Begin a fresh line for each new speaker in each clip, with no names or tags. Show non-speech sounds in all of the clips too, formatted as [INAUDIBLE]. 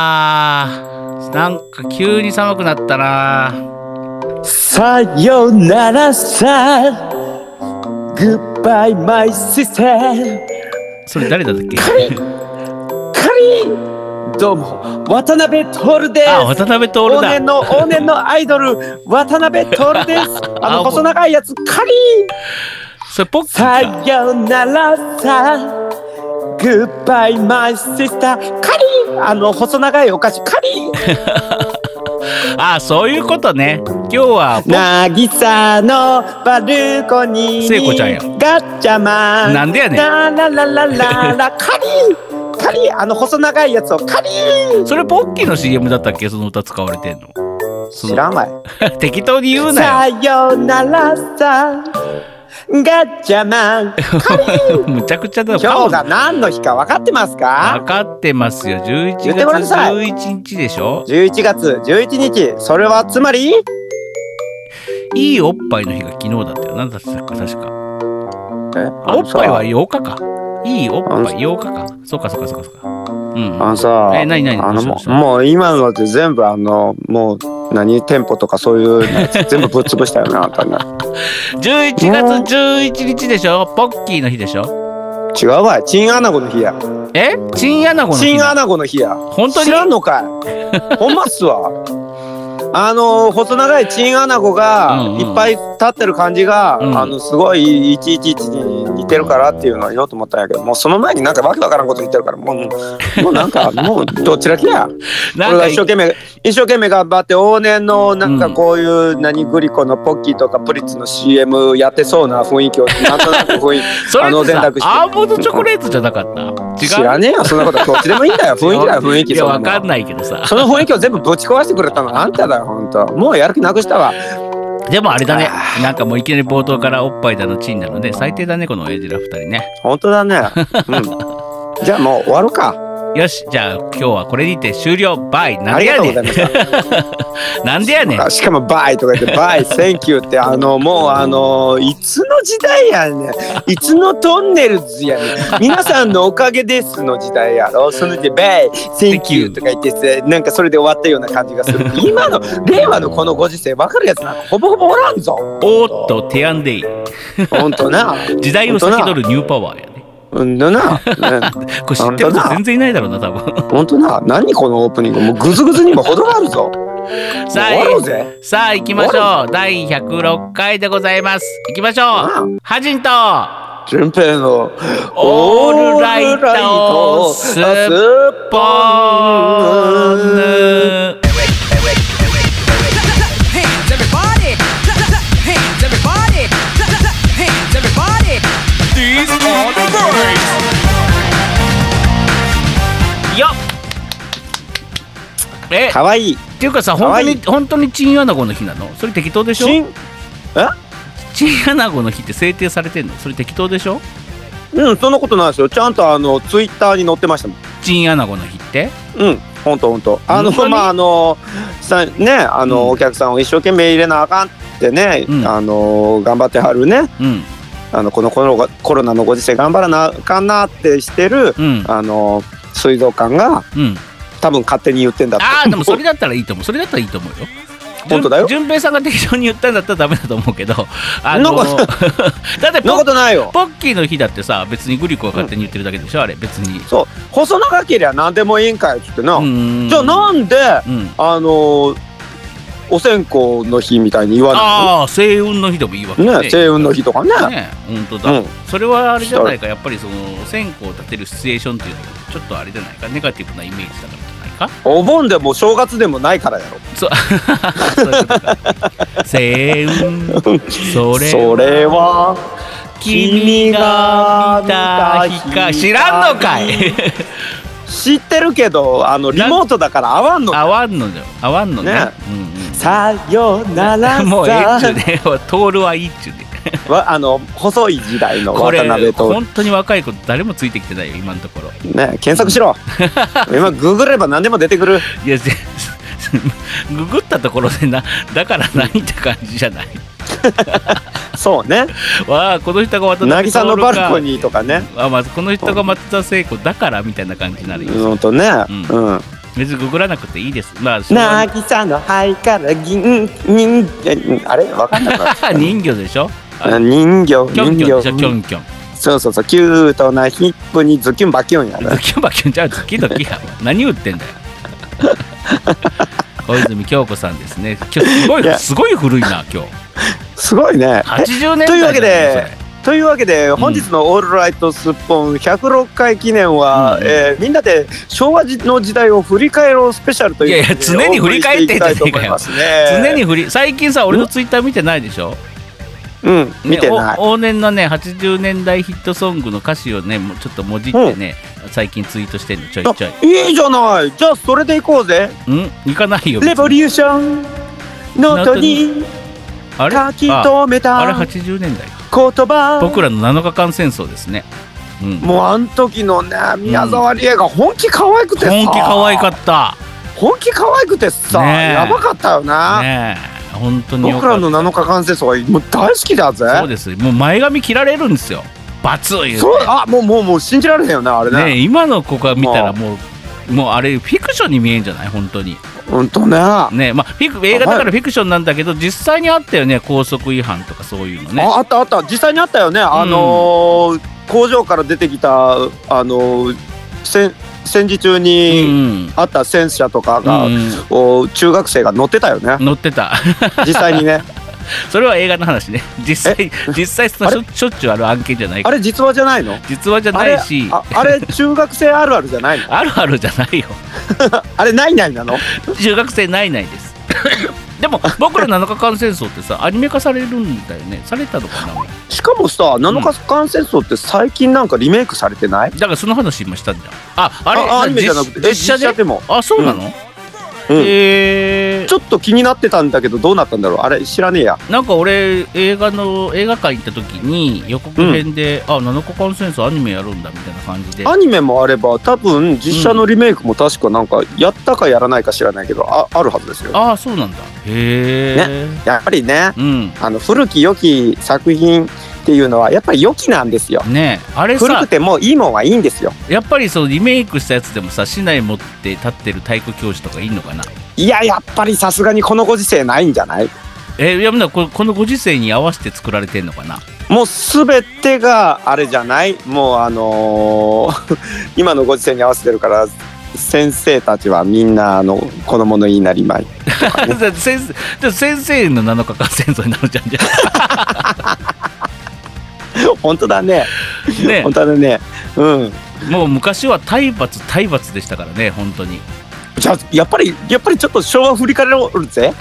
あー、なんか急に寒くなったな。
さよならさ Goodbye my sister
それ誰だったっ
[LAUGHS]
け
カリンカリンどうも渡辺徹です
あ、渡辺徹
往
だ
年。の往年のアイドル渡辺
[LAUGHS]
徹ですあの細長いやつカリン
それポッキー
さ
か。
よならさ Goodbye my sister カリンあの細長いお菓子カリン
あ、そういうことね。今日はポッ
なぎさのバルコニーに
聖子ちゃんや
ガッチャマン
なんでやねん
ララララララカリンカリンあの細長いやつをカリン
それポッキーの CM だったっけその歌使われてんの。 [LAUGHS] そ
知
の
らんわい
適当に言うな
さよならさガッチャマンカリン
よ。 [LAUGHS] むちゃくちゃだ。パオ
今日が何の日か分かってます
わ
か
かってますよ。11月
言ってごらんなさい
11日でしょ
?11 月11日それはつまり
いいおっぱいの日が昨日だったよ。なんだったか確か。お
お
っぱいは8日か。いいおっぱい8日か。そうかそうかそうかそうか。うん。
あのさ
え何何
あ
どう
の
したどうし
もう
た
もう今のって全部あのもう何店舗とかそういうのやつ全部ぶっ潰したよねあんたね
11月11日でしょポッキーの日でしょ
違うわいチンアナゴの日や
えチンアナゴの
チ
日
ンアナゴの日や
本当に
知らん
[LAUGHS]
のかいほんまっすわあの細長いチンアナゴが
うんうん
いっぱい立ってる感じが、
うん
あのすごい111に似てるからっていうのを言おうと思ったんやけどもうその前になんかわけわからんこと言ってるからもうもうもうなん
[LAUGHS]
かもうどっちらけや
な
俺
ん
が
か
一生懸命一生懸命頑張って往年のなん
う
か
ん
こういう、何グリコのポッキーとかプリッツの CM やってそうな雰囲気をなんとなく雰囲気
それ
あの
って
電
さ
卓して
アーモンドチョコレートじゃなかった違う
知らねえよそんなことどっちでもいいん
[LAUGHS]
だよ雰囲気だよ雰囲気
いや
そんな
わ
もん
かんないけどさ
その雰囲気を全部ぶち壊してくれたのはあんただよ、ほんと。もうやる気なくしたわ。
でもあれだねなんかもういきなり冒頭からおっぱいだのチンだのね最低だねこの親父ら二人ね
ほんとだね。うん。じゃあもう終わろうか。
よしじゃあ今日はこれにて終了バイなん
あり
で
が
や
とう
ね
ござい
ん
ま
[LAUGHS]
し
なんでやねん
た。しかも、バイとか言って、バイ、センキューって、あの、もう、あの、いつの時代やねん。いつのトンネルズやねん。皆さんのおかげですの時代やろ。それで、バイ、センキューとか言って、なんかそれで終わったような感じがする。今の、令和のこのご時世、わかるやつなんかほぼほぼおらんぞ。
おーっとテアンデイ
ほんとな。
時代を先取るニューパワーやね
ほんとな。ね
これ知ってる人全然いないだろうな多分
本当な何このオープニングもうグズグズにも程があるぞ
さあ
もう終わろうぜ
さあ行きましょう第106回でございます行きましょうハジンと
順平の
オールライトス
ッ
ポーン
Hands everybody! Hands everybody! Hands everybody! These are the birds!
よっえ
かわいい
っていうかさ
か
本当
わいい
に本当にチンアナゴの日なのそれ適当でしょ
チンえ
チンアナゴの日って制定されてんのそれ適当でしょ
うんそんなことないですよちゃんとあのツイッターに載ってましたもん
チンアナゴの日って
うん本当本当あの
本当に
まああのさねあの、
うん
お客さんを一生懸命入れなあかんってね、
うん
あの頑張ってはるね
うん
あのこのコロナコロナのご時世頑張らなあかんなってしてる、
うん
あの水道管が
うん
多分勝手に言ってんだって
ああでもそれだったらいいと思うそれだったらいいと思うよ
本当だよ
順順平さんが適当に言ったんだったらダメだと思うけどあ
そ
の
んなこ
[LAUGHS] だって
そんな
ポ
こ
ッ
とないよ
ポッキーの日だってさ別にグリコが勝手に言ってるだけでしょ、あれ別に
そう細長けりゃ何でもいいんかいっつってな、
うん
じゃあなんであ
うん
のーお線香の日みたいに言わ
ああ星雲の日でもいいわけ
ないのね星雲の日とかね
ね本当だ、
うん
それはあれじゃないかやっぱりその線香を立てるシチュエーションっていうのがちょっとあれじゃないかネガティブなイメージだからじゃないか
お盆でも正月でもないからやろ
そうそういうことか星雲それ
それは
君が見た日か知らんのかい
知ってるけどあのリモートだから合わんの
合わんのじゃ合わんのね
ね
うんうん
さよならさ
もうええっちゅうねトールはいいっちゅう
[LAUGHS]
ね
わあの細い時代の
こ
渡
れ
辺と
本当に若い子誰もついてきてないよ今のところ
ね検索
[LAUGHS]
しろ今ググれば何でも出てくる
い [LAUGHS] やぜググったところでなだから何って感じじゃない
そう
[LAUGHS]
ね
わあこの人が渡辺徹
渚
か
のバルコニーとかね
あまずこの人が松田聖子だからみたいな感じになるよ、
うんとね
うん
うん
別にググらなくていいですまあそれは
渚の灰から銀人えあれわかんなくなった
[LAUGHS] 人魚でしょあ
人形
キョンキ
人
ョンでしょキョ
形
ンキョン
そうそうそうキュートなヒップにズキュンバキュンや
[LAUGHS] ド
る
キュンバキュンじゃあドキドキや何言ってんだよ小泉京子さんですね今日すご
い
い
や
すごい古いな今日
すごいねえ
80年代だよ
というわけで
それ
というわけで本日の「オールライトスッポン」106回記念は、
うん
えーみんなで昭和の時代を振り返ろうスペシャルという
いやいや
ことで
常に振り返ってんじゃねえかよ
お送りしていきたいと思いますね
常に振り最近さ俺のツイッター見てないでしょ、
うん
ね
見てない、
お往年のね80年代ヒットソングの歌詞をねもうちょっともじってね、最近ツイートしてんのちょいちょい
いいじゃないじゃあそれでいこうぜ
うん行かないよ別に
レボリューションノートに
あれ
書き
あ
留め
あれ
た言
80年代か
葉
僕らの7日間戦争ですね、うん、
もうあん時のね宮沢りえが本気可愛くてさ
本気可愛かった
本気可愛くてさ、
ねえ
やばかったよな、
ねえ本当によ
僕
からっ
の7日間戦争がもう大好きだぜ
たそうですもう前髪切られるんですよバツ言
そううあもうもうもう信じられへんよねあれ
てね
ね
え今の子が見たらもうもうあれフィクションに見えんじゃない本当に
うんとね
ねえまあフィク映画だからフィクションなんだけど実際にあったよね高速違反とかそういうのね
ああったあった実際にあったよねあのー工場から出てきたあのー戦戦時中
うん
にあった戦車とかが、
うんうん
を中学生が乗ってた
[LAUGHS]
よね
乗ってた
実際に
[LAUGHS]
ね
それは映画の話ね実際実際その
あ
しょしょっちゅうある案件じゃない
あれ実話じゃないの
実話じゃないし
ああれ中学生あるあるじゃないの
あるあるじゃないよ
あれないないなの
中学生ないないですでも僕ら7日間戦争ってさアニメ化されるんだよねされたのかなだ
しかもさ7日間戦争って最近なんかリメイクされてない
からその話今したんじゃんああれ
アニメじゃなくてえ
実写で
でも、
あそうなの、
うん
えー
ちょっと気になってたんだけどどうなったんだろうあれ知らねえや
なんか俺映画の映画館行った時に予告編で、あ7日間戦争アニメやるんだみたいな感じで
アニメもあれば多分実写のリメイクも確かなんかやったかやらないか知らないけどああるはずですよ
ああそうなんだへえ、
やっぱりね
うん
あの古き良き作品っていうのはやっぱり良きなんですよ
ねえあれ
古
さ
くてもいいもんはいいんですよ
やっぱりそのリメイクしたやつでもさ市内持って立ってる体育教師とかいんのかない
ややっぱりさすがにこのご時世ないんじゃない
えー、いやみんなここのご時世に合わせて作られてんのかな
もう全てがあれじゃないもうあのー [LAUGHS] 今のご時世に合わせてるから先生たちはみんなあの子供の言いなりまい [LAUGHS]
[LAUGHS] 先生じゃあ先生の7日間戦争になるじゃんじゃ
本当だね
あね
本当だねうん
もう昔は体罰体罰でしたからね本当に
じゃあやっぱりやっぱりちょっと昭和振り返ろ
[LAUGHS]
うぜ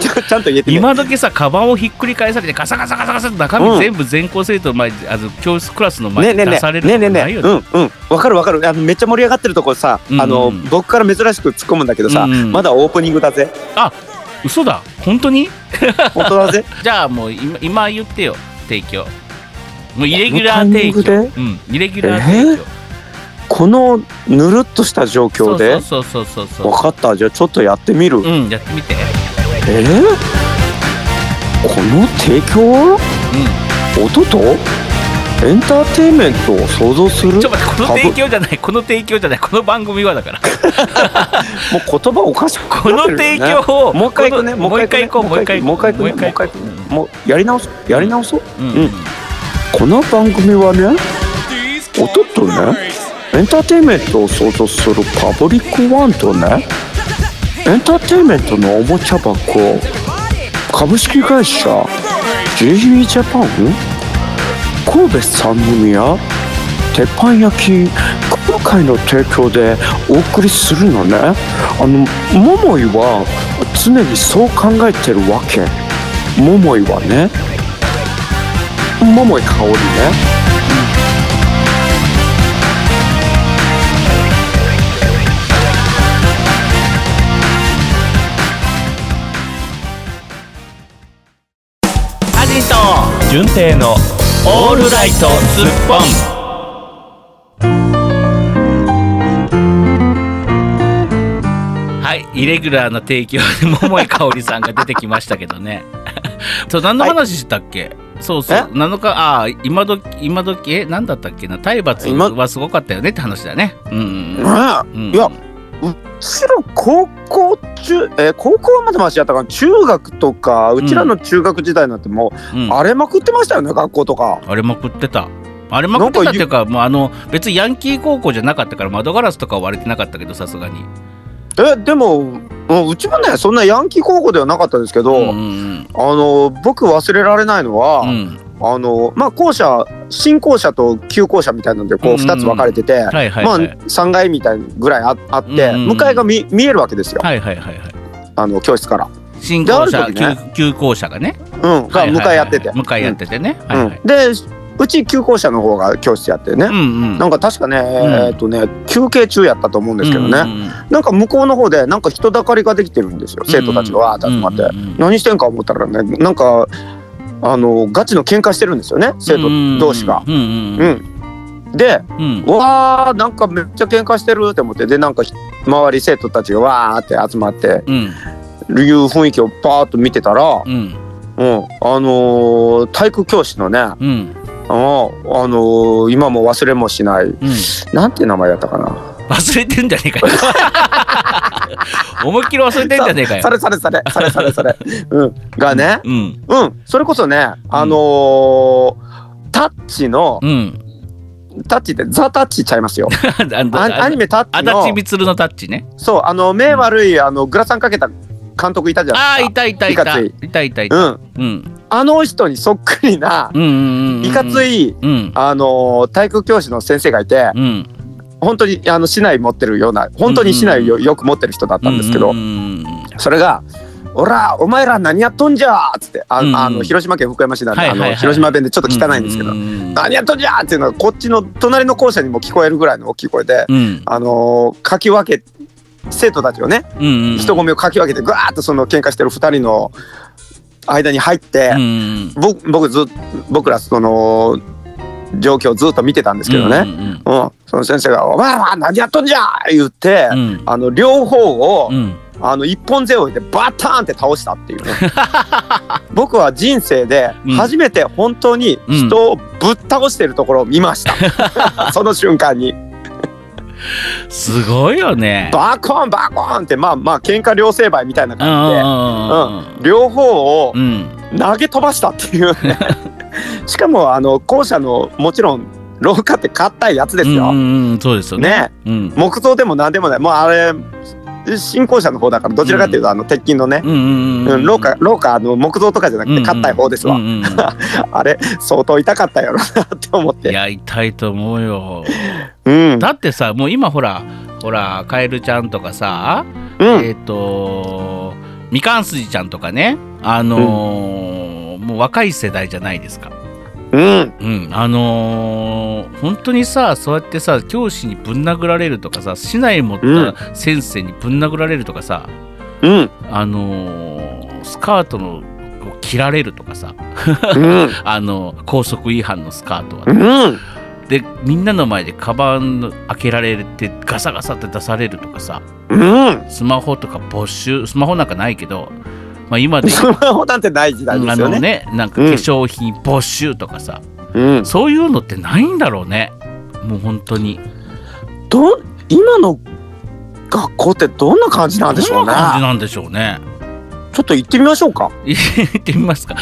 ちゃちゃんと言えてね
今だけさカバンをひっくり返されてガサガサガサガサって中
う
身
ん
全部全校生徒の前であの教室クラスの
ね
前
えねえ
で出
ね
され
え
る
ねえねえ
ことない
ね
よ
えうんうんわかるわかるあのめっちゃ盛り上がってるとこさ、
うんうん
あの僕から珍しく突っ込むんだけどさ、
うんうん
まだオープニング
[LAUGHS]
だぜ
嘘だ本当に
本当だぜ
じゃあもう今今言ってよ提供もうイレギュラー提
このタ
供
イミン
うんイレギュラー提供
このぬるっとした状況で
そうそうそうそう
わ
そ
かったじゃあちょっとやってみる、
ううんやってみて
えーこの提供は
う
音とエンターテインメントを想像する
んちょっと待ってこの
かぶ
提供じゃないこの提供じゃないこの番組はだから
もう言葉おかしく
こ
な
の
ってるよね
提供を
もう一回行くね
このも
も
う
う
一
一
回
回
行こ
行
う
くね
もう一回
もう一回行くね
行こう
もうやり直そうやり直そう、
うん
うんこの番組はね
These
Otto,
are the
ne?
birds.
エンターテインメントを想像するパブリックワンとねエンターテインメントのおもちゃ箱株式会社 JG ジャパン神戸三宮鉄板焼き今回の提供でお送りするのねあの桃井は常にそう考えてるわけ桃井はね桃井香織ね
アジト純正のオールライトスッポンははい、イレギュラーな提供で桃井かおりさんが出てきましたけど [LAUGHS] ね。そう、何の話したっけ、そうそう、
え
7日、ああ、今時、今時、え、何だったっけな、体罰
今
はすごかったよねって話だね。うんうんうん。
まあ
うん、
いやうちら高校中えー高校はまだマシだったから中学とかうちらの中学時代なんてもう
うん
荒れまくってましたよね学校とか
あれまくってた。あれまくってたっていうか、もうあの、別にヤンキー高校じゃなかったから、窓ガラスとかは割れてなかったけど、さすがに。
えでももううちもねそんなヤンキー高校ではなかったですけど、
うんうん
あの僕忘れられないのは、
うん。うん。
あのまあ校舎新校舎と旧校舎みたいなのでこう
うんうん
2つ分かれてて、
はいはいはい。
まあ3階みたいなぐらいああって、
うんうんうん
向かいが見見えるわけですよ
はいはいはいはい。
あの教室から。
新校
であ
舎、
る時ね
旧旧校舎がね。
うん、が向かい合ってて。
向かい合っててね。はいはい。
うん、でうち旧校舎の方が教室やってね、
うんうん。
なんか確かね、えっとね休憩中やったと思うんですけどね、
うんうんうん
なんか向こうの方でなんか人だかりができてるんですよ生徒たちがわーって集まって、
うんうんうん
何してんか思ったらねなんかあのガチの喧嘩してるんですよね生徒同士が。。
うんうん
う
うん
んで
うん
うわーなんかめっちゃ喧嘩してるって思ってでなんかひ周り生徒たちがわーって集まって
うん
いう雰囲気をパーッと見てたら、
うん
うん、あのー体育教師のね、
うん
あのあのー今も忘れもしない
うん
なんていう名前だったかな
忘れてんじゃねえかよ。思いっきり忘れてんじゃねえかよ
さ。れされされされされされ、うん、がね
うん
うんそれこそねあのータッチの
うん。 [LAUGHS]
タッチってザ・タッチちゃいますよ
あの
あアニメタッ
足
チ
立
の
みつるのタッチね。
そうあの目悪いあのグラサンかけた監督いたじゃ
ああ
ない
い
で
たいたいた
い
いたいたい
すか
た。
うん
うん
あの人にそっくりな
うんうんうん。
いかつ
い。
い
うん
あのー体育教師の先生がいて
うん。
本当にあの市内持ってるような本当に市内をよく持ってる人だったんですけど
う、んうんうん
それが「おらお前ら何やっとんじゃ!」っつってあ,、
うんうん
あの広島県福山市なんで、
はいはいはい
あの広島弁でちょっと汚いんですけど
う
「
ん
何やっとんじゃ!」っていうのがこっちの隣の校舎にも聞こえるぐらいの大きい声で、
うん
あのーかき分け生徒たちをね
うんうん。
人混みをかき分けてぐわーっとその喧嘩してる2人の間に入って
う、ん
僕僕ず僕らその状況をずっと見てたんですけどね、。うんその先生が「お前ら何やっとんじゃ!」言って、
うんうん
あの両方を、
うんうん。
あの一本背負いでバターンって倒したっ
[LAUGHS]
ていうね僕は人生で
うん
初めて本当に人をぶっ倒してるところを見まし
[LAUGHS]
た、その瞬間に
すごいよね。
バコンバコンってまあまあ喧嘩両成敗みたいな感
う
じで両方を
んうんうんうん。うん。
投げ飛ばしたっていう
[LAUGHS]
ねしかもあの校舎のもちろん廊下って硬いやつですよ、
うんうんうん、そうですよね。
ね
うん。
木造でも何でもないもうあれ新校舎の方だからどちらかというと、あの鉄筋のね、
うんうん
うん、廊下廊下あの木造とかじゃなくて硬い方ですわ、
うんうんうん
あれ相当痛かったやろなって思っ
い
て
や痛いと思うよ。
うん
だってさもう今ほらほらカエルちゃんとかさ、
うん
えっ、とみかんすじちゃんとかねあのーもう若い世代じゃないですか。
うん
うん、あのー本当にさそうやってさ教師にぶん殴られるとかさ市内持った先生にぶん殴られるとかさ、
うん
あのースカートのを切られるとかさ
うん
あの高速違反のスカートは、
うん
でみんなの前でカバンの開けられてガサガサって出されるとかさ [LAUGHS]
うん
スマホとか没収スマホなんかないけど、まあ、今で
スマホなんてない時
あ
代ですよ
の
ね
ねなんか化粧品没収とかさ、
うん
そういうのってないんだろうねもう本当に
どん今の学校ってどんな感じなんでしょう
どんな
ね
感じなんでしょうね [LAUGHS]
ちょっと行ってみましょうか
行ってみますか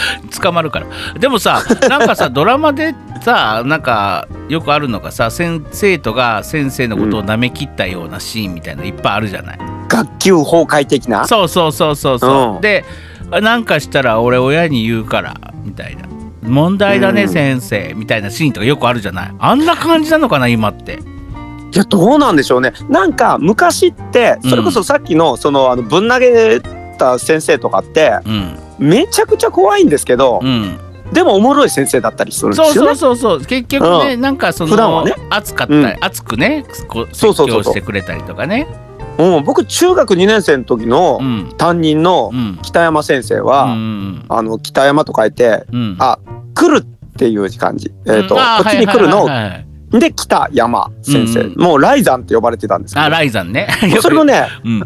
捕まるからでも
[LAUGHS]
さなんかさドラマでさなんかよくあるのがさ先生とが先生のことを舐め切ったようなシーンみたいのいっぱいあるじゃない
学級崩壊的な
そうそうそうそうそう、
うん
であなんかしたら俺親に言うからみたいな問題だね、
うん
先生みたいなシーンとかよくあるじゃないあんな感じなのかな今って
いやどうなんでしょうねなんか昔ってそれこそさっきのそのあのぶん投げた先生とかって
うん
めちゃくちゃ怖いんですけど
う、ん
でもおもろい先生だったりするんです
そう
よ
そう
ね
そうそう結局ね、なんかそ
普段は
の、
ね
熱かったり、
うん
熱くねこう
そ
説
うそうそうそう
教してくれたりとかね
うん、僕中学2年生の時の
うん
担任の
うん
北山先生
う
は、
ん
あの北山と書いて
うん
あ「来る」っていう感じ、えーと
うんあー
こっちに来る
は
の、
いはいはいはい
で北山先生、
うん
もうライザンって呼ばれてたんですけ
あ
ど
[LAUGHS] ライザンね
それもね、
うん
う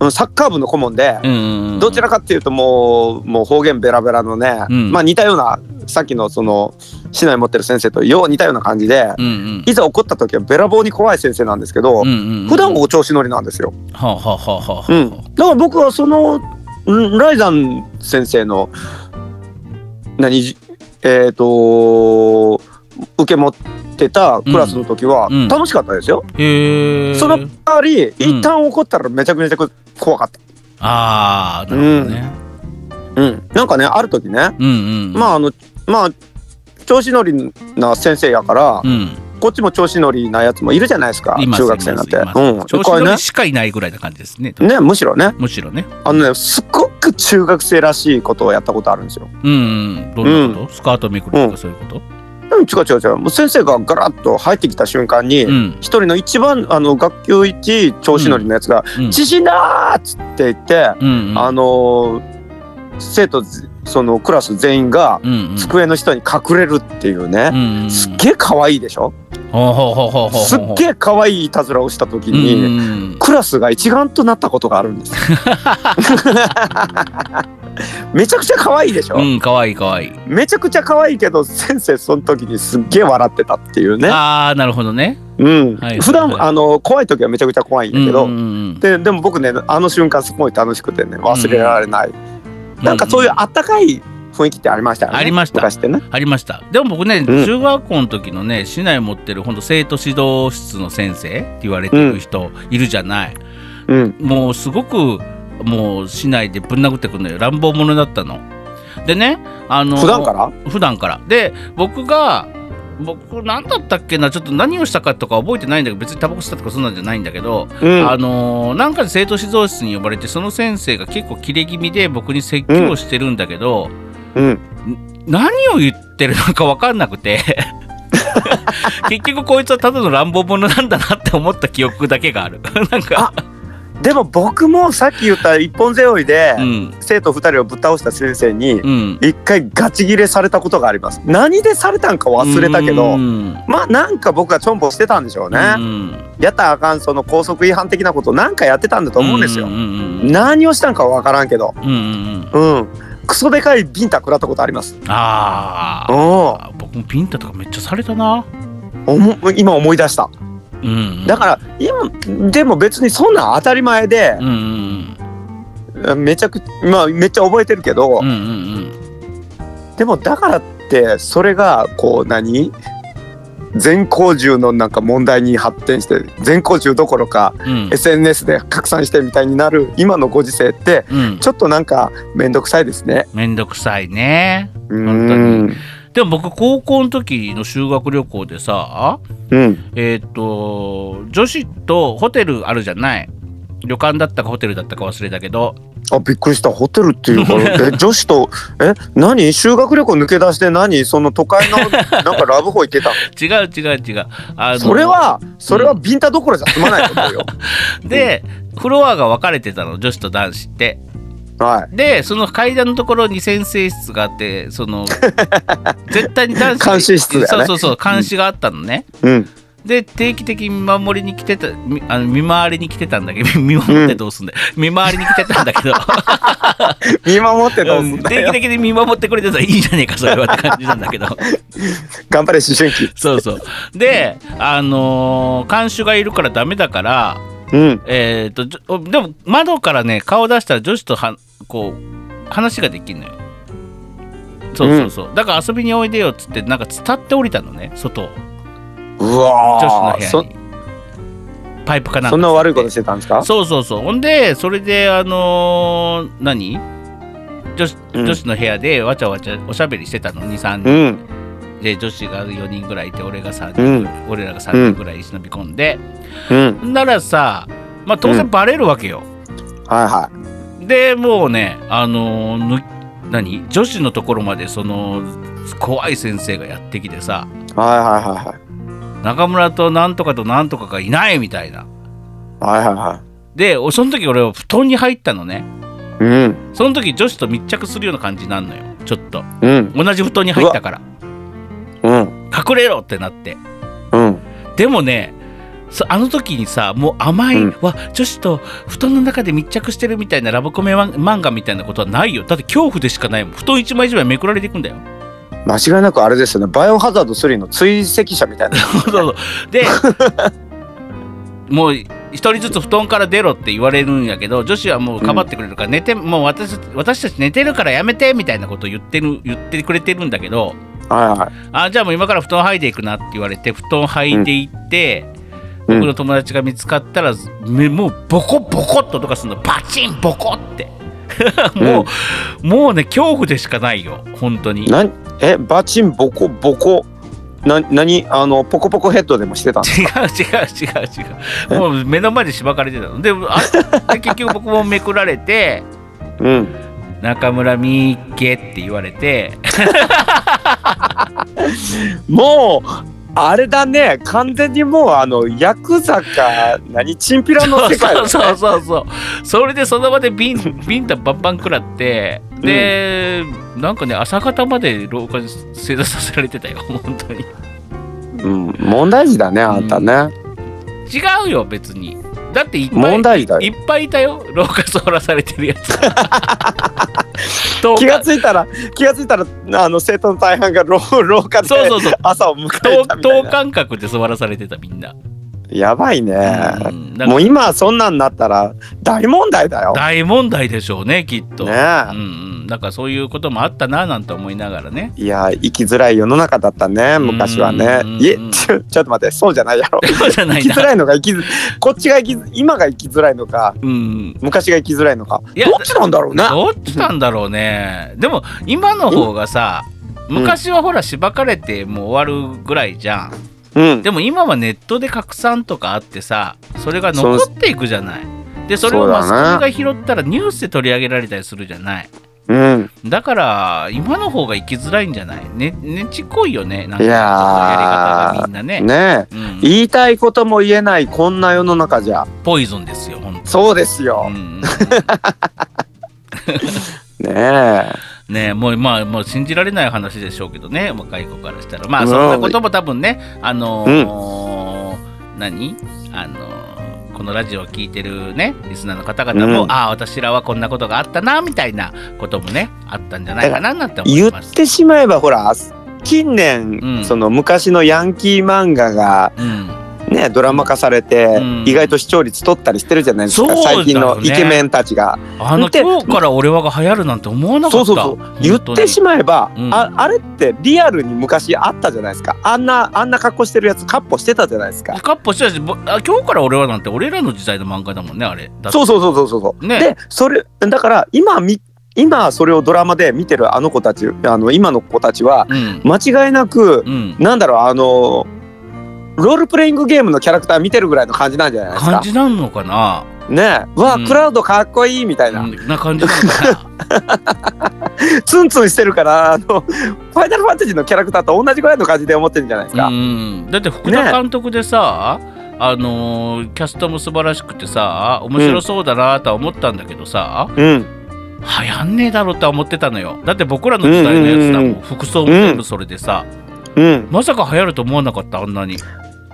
うんサッカー部の顧問で、
うん
どちらかっていうともうもう方言ベラベラのね、
うん
まあ似たようなさっきのその市内持ってる先生とよう似たような感じで、
うんうん
いざ怒った時はべらぼうに怖い先生なんですけど、
うんうん
普段はお調子乗りなんですよ。
はあはあはあはあ
うん、だから僕はそのんライザン先生の何じえっ、と受け持ってたクラスの時は
うんうん
楽しかったですよ。
へえ
その代わり一旦怒ったらめちゃくちゃ怖かっ
ああなるほどね
た。うん、なんかねある時ね、
うんうん
まああのまあ調子乗りな先生やから、
うん
こっちも調子乗りなやつもいるじゃないですか
います
中学生なんて。
いますいます
うん、
調
こ
子
れ
乗
ね
りしかいないぐらいな感じですね
ねむしろね
むしろね
あのねすごく中学生らしいことをやったことあるんですよ。
うんうんどんなことスカートめくると
う
かそういうこと
うん、違う違う違う。もう先生がガラッと入ってきた瞬間に、
うん
一人の一番あの学級一調子乗りのやつが
うん
「地震だ!」っつって言って、
うんうん
あのー生徒ずそのクラス全員が
うんうん
机の下に隠れるっていうね、
うんうん
すっげえ可愛いでしょ、
ほうほうほうほうほう
すっげえ可愛いいたずらをした時に、
うんうん
クラスが一丸となったことがある
[LAUGHS]
んですよめちゃくちゃ可愛いでしょ、
うんうんかわいいかわいい
めちゃくちゃ可愛いけど先生その時にすっげえ笑ってたっていうね
ああなるほどね
うん、
はい
普段、
はいはい
あの怖い時はめちゃくちゃ怖いんだけど、
うんうん
ででも僕ねあの瞬間すごい楽しくてね忘れられない、なんかそういうあったかい雰囲気ってありましたよね
ありました
昔ってね
ありましたでも僕ね、
うん
中学校の時のね市内持ってるほんと生徒指導室の先生って言われてる人いるじゃない、
うん
もうすごくもう市内でぶん殴ってくるのよ乱暴者だったのでねあの
普段から
普段からで僕が僕何だったっけなちょっと何をしたかとか覚えてないんだけど別にタバコ吸ったとかそんなんじゃないんだけど、
うん
あのーなんかで生徒指導室に呼ばれてその先生が結構キレ気味で僕に説教してるんだけど、
うん
何を言ってるのか分かんなくて結局こいつはただの乱暴者なんだなって思った記憶だけがあるなんか
でも僕もさっき言った一本背負いで、
うん
生徒2人をぶっ倒した先生に
うん
一回ガチギレされたことがあります何でされたんか忘れたけど
うん
まあなんか僕がチョンボしてたんでしょうね、
うん
やったらあかんその校則違反的なことなんかやってたんだと思うんですよ、
うんうん
何をしたんかは分からんけど
うんうんうん
うん。クソでかいビンタ食らったことあります。
あー
お
あ僕もピンタとかめっちゃされたな
おも今思い出した。
うん
だから今でも別にそんなん当たり前で
うんうん
めちゃくまあめっちゃ覚えてるけど
うんう、んうん
でもだからってそれがこう何全校中のなんか問題に発展して全校中どころか
うん
SNS で拡散してみたいになる今のご時世って
うん
ちょっとなんか面倒くさいですね。
めんどくさいね
うん
でも僕高校の時の修学旅行でさ
うん
えーっと女子とホテルあるじゃない旅館だったかホテルだったか忘れたけど
あびっくりしたホテルっ
[LAUGHS]
ていうからえ女子とえ何修学旅行抜け出して何その都会のなんかラブホ行ってた
違う違う違うあの
のそれはそれはビンタどころじゃ済まないと思
[LAUGHS]
うよ
でフロアが分かれてたの女子と男子って
はい
でその階段のところに先生室があってそ
[LAUGHS]
の絶対に男子
監視室だよね
そうそうそう監視があったのね、
うん
で定期的に見守りに来てたみあの見回りに来てたんだけど見守ってどうすんだよ、見回りに来てたんだ
[LAUGHS]
けど
見守ってどう
う
す
ん
んだ
定期
よ
的に見守ってくれてたらいいじゃねえかそれはって感じなんだけど
頑張れ思春期
そうそうであのー監修がいるからダメだから
うん
えー、とじょでも窓からね顔出したら女子とはこう話ができるのよそうそうそう、だから遊びにおいでよっつってなんか伝って降りたのね外を
う
女子の
わ
部
ー
屋
そ
にパイプかなんか
そんな悪いことしてたんですか
そうそうそうほんでそれであのー何女子
うん
女子の部屋でわちゃわちゃおしゃべりしてたの23
う
人、
ん
で女子が4人ぐらいいて俺が3
う
人、
ん
俺らが3人ぐらい忍び込んで、
うん
ならさまあ当
う
然バレるわけよ、
はいは
でもうねあのーぬ何女子のところまでその怖い先生がやってきてさ
いはいはいはい
中村となんとかとなんとかがいないみたいな
はいはいは
でおその時俺は布団に入ったのね
いうん
その時女子と密着するような感じになるのよちょっと
うん
同じ布団に入ったから
うん
隠れろってなって
うん
でもねそあの時にさもう甘い、
うん
わ女子と布団の中で密着してるみたいなラブコメマン漫画みたいなことはないよだって恐怖でしかないもん布団一枚一枚めくられていくんだよ
間違いなくあれですよねバイオハザード3の追跡者み
[LAUGHS]
たい
[LAUGHS]
な
そうそうでもう一人ずつ布団から出ろって言われるんやけど女子はもうかばってくれるから、寝てもう私私たち寝てるからやめてみたいなことを言ってる言ってくれてるんだけど、
はいはい
あじゃあもう今から布団剥いでいくなって言われて布団剥いでいって、
うん
僕の友達が見つかったら目もうボコボコっと音がするのパチンボコってもう、もうね恐怖でしかないよ本当に
なんえバチンボコボコな何あのポコポコヘッドでもして
[LAUGHS]
たの
違う違う違う違うもう目の前でしばかれてたのであで結局僕もめくられて
うん
「中村みいけ」って言われて
もうあれだね完全にもうあのヤクザか何チンピラの世界だ
[LAUGHS] そうそうそうそうそれでその場でビンビンタバンバン食らってで、なんかね朝方まで廊下に正座させられてたよ本当に
うん問題児だねあんたね、
違うよ別にだっていっぱい
問題児だ
い
よ
っぱいいたよ廊下そらされてる
[LAUGHS]
やつ10
気
日
がついたら気がついたらあの生徒の大半が廊廊下で
そうそうそう
朝を迎えたみたい
等
な
間隔で座らされてたみんな,、
やばいね、
うん、なんか
もう今そんなんなったら大問題だよね
大問題でしょうねきっと、う
え
んうん、なんかそういうこともあったななんて思いながらね
いや生きづらい世の中だったね昔はね
うん
いえちょちょっと待ってそうじゃないやろ
そうじゃな
生
い
き
な
づらいのが生きづこっちが生きづ今が生きづらいのか
うん
昔が生きづらいのか
いや
どっちなんだろうな
どっちなんだろうね。でも今の方がさ、
ん
昔はほらしばかれてもう終わるぐらいじゃん。
うん
でも今はネットで拡散とかあってさ、それが残っていくじゃない。でそれを
そう
マ
だね
スコミが拾ったらニュースで取り上げられたりするじゃない。
うん
だから今の方が生きづらいんじゃないねねちっこいよね。なんかや
い
り
やー
方がみんなね。
ねえ
うん、
言いたいことも言えないこんな世の中じゃ
ポイズンですよ、本
そうです
当。う
よ
んうん
ねえ
ねえもうまあもう信じられない話でしょうけどね若い子からしたらまあそんなことも多分ねあのー何あのーこのラジオを聞いてるねリスナーの方々も、
うん
ああ私らはこんなことがあったなみたいなこともねあったんじゃないかななんて思
言
いま
っ
す。
てしまえばほら近年、
うん
その昔のヤンキー漫画が
うん、
ねドラマ化されて、
うん
意外と視聴率取ったりしてるじゃないですか、
そうだよね
最近のイケメンたちが。
あの
で
今日から俺はが流行るなんて思わなか
そ
った
うそうそう言ってしまえば、
うん
ああれってリアルに昔あったじゃないですかあんなあんな格好してるやつカッポしてたじゃないですか。
カッポしたしぼあ今日から俺はなんて俺らの時代の漫画だもんねあれだって
そうそうそうそうそうそう。
ね
でそれだから今み今それをドラマで見てるあの子たちあの今の子たちは
うん
間違いなく、
うん
なんだろうあのロールプレイングゲームのキャラクター見てるぐらいの感じなんじゃないです
感
か。
じなのかな
ねえ、わあ、
うん
クラウドかっこいいみたいな、
うんな感じなのかな
ツンツンしてるからあのファイナルファンタジーのキャラクターと同じぐらいの感じで思ってるんじゃない [LAUGHS] ですか。
うん、だって福田監督でさ、あのーキャストも素晴らしくてさ面白そうだなとは思ったんだけどさ、
うん、
流行んねえだろうとは思ってたのよだって僕らの時代のやつだもん,、
うんうんうん
服装も全部それでさ、
うん、
まさか流行ると思わなかったあんなに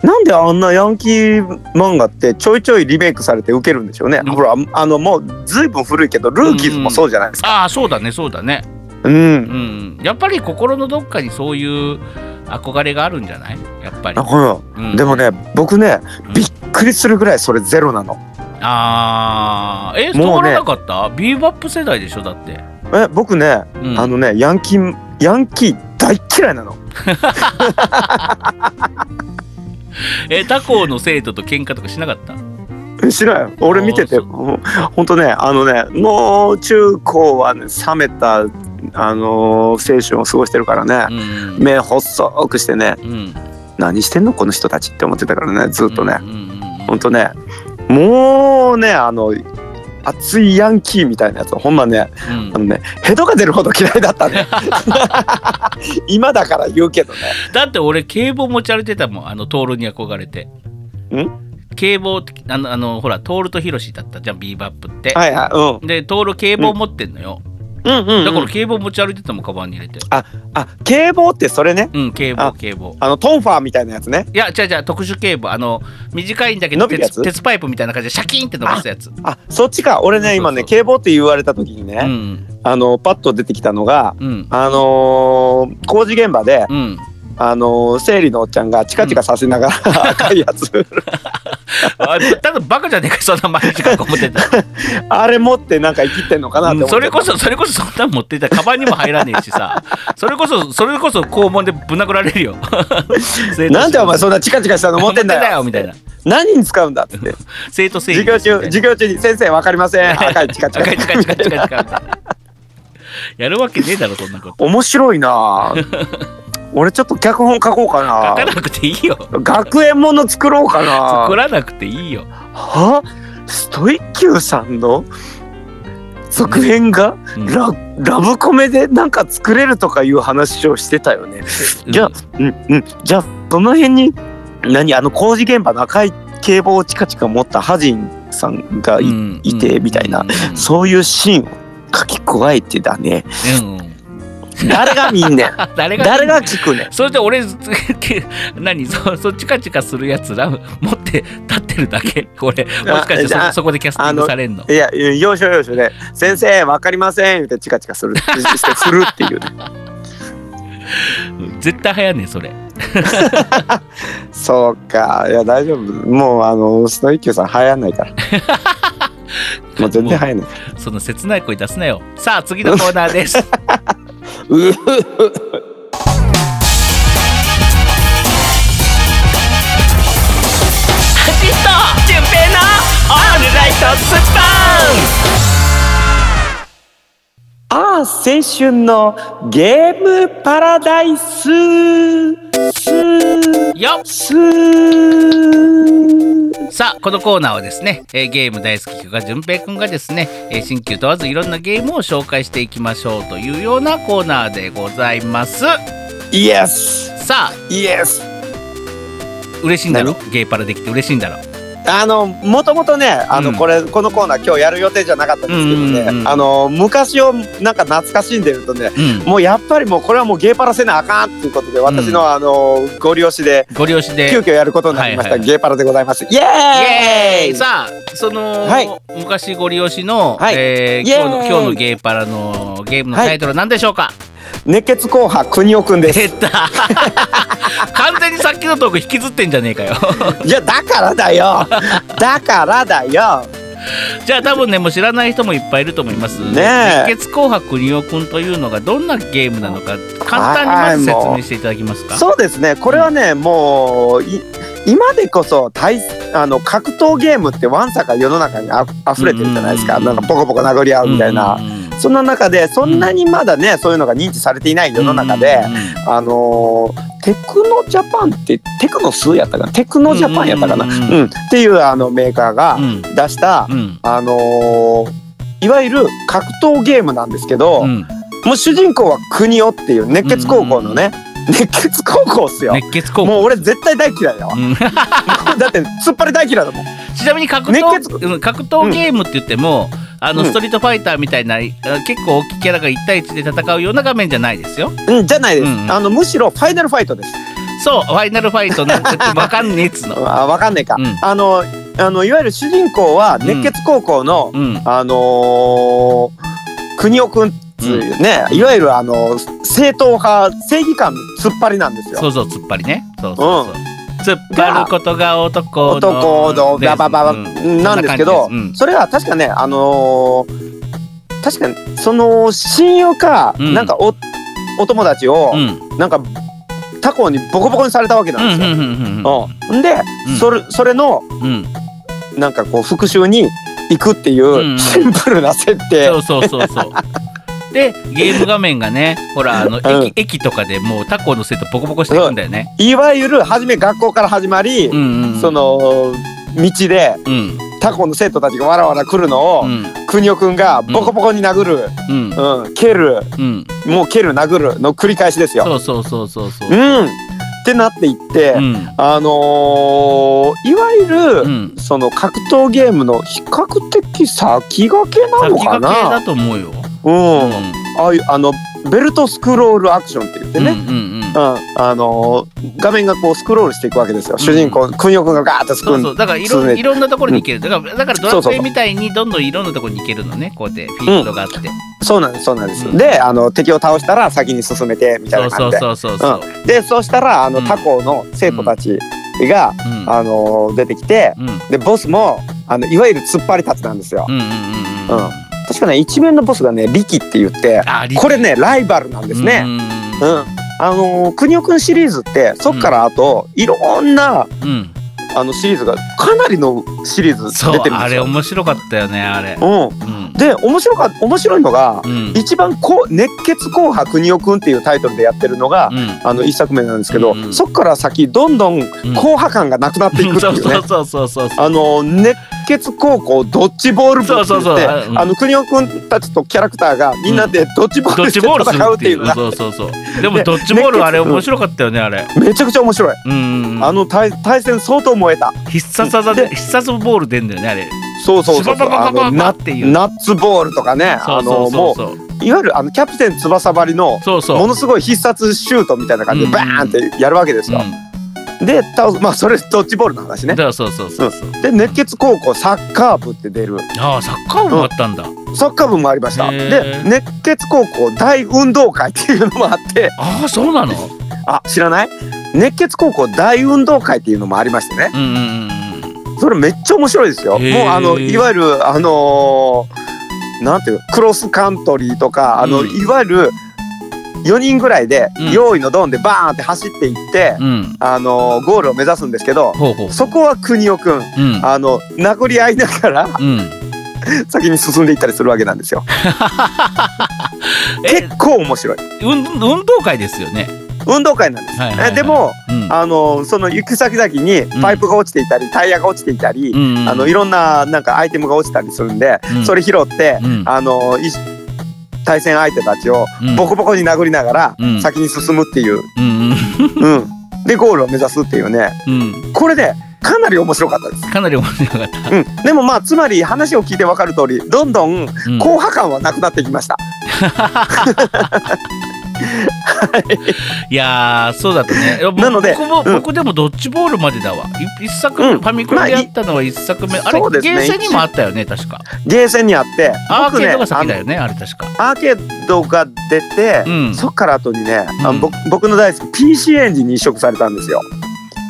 なんであんなヤンキー漫画ってちょいちょいリメイクされてウケるんでしょうね。
うん
ほらあのもうずいぶん古いけどルーキーズもそうじゃないですか。
ああそうだねそうだね
うん、
うんやっぱり心のどっかにそういう憧れがあるんじゃないやっぱり
だ、か
うん
らでもね僕ね
うん
びっくりするぐらいそれゼロなの。
ああえそう
もうね
ならなかった、ビーバップ世代でしょだって、
え僕ね
うん、
あのねヤンキーヤンキー大嫌いなの。
え他校の生徒と喧嘩とかしなかった
え知らん俺見てて
あーそう
もうほんとねあのねもう中高はね冷めたあのー青春を過ごしてるからね、
うん
目細くしてね
うん、
何してんのこの人たちって思ってたからねずっとね、
うんうんうんうん
ほんとねもうねあの熱いヤンキーみたいなやつほんまね
うん
あのねヘドが出るほど嫌いだっ
[LAUGHS]
たね今だから言うけどね
だって俺警棒持ち歩いてたもんあのトールに憧れて警棒ってあのあのほらトールとヒロシだったじゃんビーバップって、
はいはい
でトール警棒持ってんのよ、
うんうん、
だか
う
ら
ん。
警棒持ち歩いてたもんカバンに入れて
あ、警棒ってそれね。
うん警棒
あ
警棒
あのトンファーみたいなやつね。
いや違う違う特殊警棒あの短いんだけど
伸びるやつ
鉄鉄パイプみたいな感じでシャキーンって伸ばすやつう
あ、そっちか。俺ね、今ね、
そうそ
警棒って言われた時にね、
ん
あの、パッと出てきたのが、
うん
あのー工事現場で、
うん
あのー生理のおっちゃんがチカチカさせながら、赤いやつ [LAUGHS]
あただバカじゃねえかそんな毎日学校持ってたら
あれ持ってなんか生きてんのかなって
う
思
ん
って
それこそそれこそそんなん持ってたらカバンにも入らねえし
[LAUGHS]
さそれこそそれこそ肛門でぶん殴られるよ
なんでお前そんなチカチカしたの持ってんだよ
みたいな
何に使うんだっつって
生徒生理
授業中授業中に先生わかりません赤いチカチ
近い近い近い
カ
近い近いやるわけねえだろそんなこと
面白いなぁ俺ちょっと脚本書こうか
書
な
かなくていいよ
学園もの作ろうかな
作らなくていいよ
はストイッキューさんの続編が
うん
ララブコメでなんか作れるとかいう話をしてたよね。じゃあ、うんうん、じゃあその辺に何あの工事現場の赤い警棒をチカチカ持ったハジンさんがい、
うん
いてみたいな
うん
そういうシーンを書き加えてだね。
うん
誰が見んねん
誰が
誰が聞くねん
それで俺 [LAUGHS] ずけ何そそっちカチカするやつら持って立ってるだけ俺もしかし
あじ
て
ゃ
そ
あ
そこでキャスティングされんの
いや、要所要所で、先生、わかりませんってチカチカする、して振るって [LAUGHS] いう。
うん絶対流行んねえそれ
そうか、いや、大丈夫。もう、あの、スノイキューさん、流行んないから。もう全然流行んない。
その切ない声出すなよさあ次のコーナー
[LAUGHS]
です
うああ、青春のゲームパラダイス。す
よっ
す
さあこのコーナーはですね、えーゲーム大好きが淳平くんがですね、えー新旧問わずいろんなゲームを紹介していきましょうというようなコーナーでございます
イエス
さあ
イエス
嬉しいんだろゲーパラできて嬉しいんだろ
あのもともとねあの、
うん
これこのコーナー今日やる予定じゃなかったんですけどね、
うんうんうん
あの昔をなんか懐かしんでるとね
うん
もうやっぱりもうこれはもうゲーパラせなあかんっていうことで私の、あのご利用しで
ご利用しで
急遽やることになりました、
はいはい
ゲーパラでございますイエーイ
イエーイさあその、
はい
昔ご利用しの、
はい
えー
イエーイ
今日の今日のゲーパラのゲームの
はい
タイトルは何でしょうか、
熱血硬派国尾くんです
出た完全にさっきのトーク引きずってんじゃねえかよ
いやだからだよだからだよ
じゃあ多分ねもう知らない人もいっぱいいると思います
ねえ
熱血紅白におくんというのがどんなゲームなのか簡単にまず説明していただけますか
そうですねこれはね、もうい今でこそ対あの格闘ゲームってわんさか世の中にあ溢れてるじゃないですか、
うんうんうん
なんかポコポコ殴り合うみたいな、
うんうんうん
そんな中でそんなにまだね、そういうのが認知されていない世の中で、
うんうん
あのーテクノジャパンってテクノスやったかなテクノジャパンやったかな、
う
うんん
うんうん
っていうあのメーカーが
うん
出した、
うん
あのーいわゆる格闘ゲームなんですけど、
うん
もう主人公は国オっていう熱血高校のね、熱血高校っすよ。
熱血高校
もう俺絶対大嫌いだわ。 [LAUGHS] だって突っ張り大嫌いだもん。
[LAUGHS] ちなみに格
熱
闘うん格闘ゲームって言っても、あの
うん
ストリートファイターみたいな、あ結構大きいキャラが1対1で戦うような画面じゃないですよ。
うんじゃないです。
うんうん
あのむしろファイナルファイトです。
そうファイナルファイトなんてわかんねえっつの。
あわかんねえか。
うん
あのあのいわゆる主人公は熱血高校の、
うん
あのー、国尾くんっていうね、いわゆるあの正統派正義感突っ張りなんですよ。
そうそう突っ張りね。そうそうそう。突っ張ることが男の
男の
です
ババババ
うん
なんですけど、
そんな感じです
それが確かねあのー確かにその親友か、
うん
なんかおお友達を、
うん
なんか他校にボコボコにされたわけなんですよ。
うんうんうんうん
うんんで、
うん
それそれの
うんうん
なんかこう復讐に行くってい
うんうん
うシンプルな設定、
そうそうそう
[LAUGHS]
そう。でゲーム画面がねほらあの、
うん
駅駅とかでもう他校の生徒ボコボコしていくんだよね。
いわゆる初め学校から始まり、
うんうん、
その道で
うん
他校の生徒たちがわらわら来るのを、
うん
邦くんがボコボコに殴る、
うん
うん蹴る
うん
もう蹴る殴るの繰り返しですよ。
そうそうそうそうそうう。
ん、ってなっていって、
うん
あのーいわゆる、
うん
その格闘ゲームの比較的先駆けなの
先駆け
か
だ
な
と思うよ。
うん、
ん
ああいうあのベルトスクロールアクションって言ってね、
うんうんうん
うんあのー画面がこうスクロールしていくわけですよ、主人公訓く君がガーッとスク
そうそうだからいろ
進ん
ん
で
いろんなところに行けるだからだからドラ
そう
ク
そ
エ
う
みたいにどんどんいろんなところに行けるのねこうやってフィールドがあって、
そうなんですそうなんです、
うん
であの敵を倒したら先に進めてみたい
そ
な
うそう
感じで
そうそうそう
でそうしたらあの
うん
他校の生徒たちが、
うん
あのー出てきて
うん
でボスもあのいわゆる突っ張り立つなんですよ、
うんうんうんうん
うん確かね一面のボスがね力って言って
あリ
これねライバルなんですね、
うん
うんあのー、くにおくんシリーズってそっからあと、いろんな
うん
あのシリーズがかなりのシリーズ
そう
出てるん
あ
です
れ
よ。
面白かったよねあれ
うん、
うん
で面白か面白いのが、
うん
一番こう熱血紅白国くんっていうタイトルでやってるのが、
うん
あの一作目なんですけど、
うんうん
そっから先どんどん
うん
硬派感がなくなっていくっ
[LAUGHS]
て
そう
いうね、
そうそうそうそう
あの熱血高校ドッジボール部って言って
そうそうそうあうん
あの国くんたちとキャラクターがみんなでドッジボー
ドッ
ルして
ジボールする
戦うっ
って
て
い
いうの
う
が
そうそうそうでもドッジボールあれ面白かったよねあれ
めちゃくちゃ面白い、
うんうんうん
あの対対戦相当燃えた
必殺技で
で
必殺ボール出んだよねあれ
そうそうそう
シュバ
そう
バババ
あ
ババ
のナ
っていう
ナッツボールとかね
そ
あ
うそ
の
うそ
も
うそう
ういわゆるあのキャプテン翼張りの
そうそう
ものすごい必殺シュートみたいな感じで
うん
バーンってやるわけですよ。
う
で倒すまあそれドッジボールの話
んだ
ね
か。らそうそうそうそう
で熱血高校サッカー部って出る
ああサッカー部もあったんだ
サッカー部もありました。
へー
で熱血高校大運動会っていうのもあって
ああそうなの
あ知らない熱血高校大運動会っていうのもありましてね
うんうんうんうん
それめっちゃ面白いですよ。
へー
もうあのいわゆるあのーなんていうクロスカントリーとかあの、
うん
いわゆる4人ぐらいで、
うん
用意のドンでバーンって走っていって、
うん
あのゴールを目指すんですけど
ほうほう
そこは国尾くん
うん
あの殴り合いながら
うん
先に進んでいったりするわけな
[LAUGHS]
んですよ。
え
結構面白い
運運動会ですよね
運動会なんです。
はいはいはい
えでも
うん
あのその行く先々にパイプが落ちていたり、タイヤが落ちていたり、
うんうん
あのいろんななんかアイテムが落ちたりするんで、
うん
それ拾って、
うん
あのい対戦相手たちを
うん
ボコボコに殴りながら
うん
先に進むっていう、
うん
うん、でゴールを目指すっていうね
うんうん
これねかなり面白かったです。
かなり面白かった
うん、でもまあつまり話を聞いて分かる通りどんどん
うん
硬派感はなくなってきました。
いやーそうだったねいや僕
なので
僕も、
うん
僕でもドッジボールまでだわい一作目、
うん
ファミコンでやったのは一作目、
まあ
あれ
そうですね
ゲーセンにもあったよね確か
ゲーセンにあって
アーケードが
あ
先だ
の
よねあれ確か
アーケードが出て、
うん
そっから後にね、あ
うん
僕僕の大好き PC エンジンに移植されたんですよ。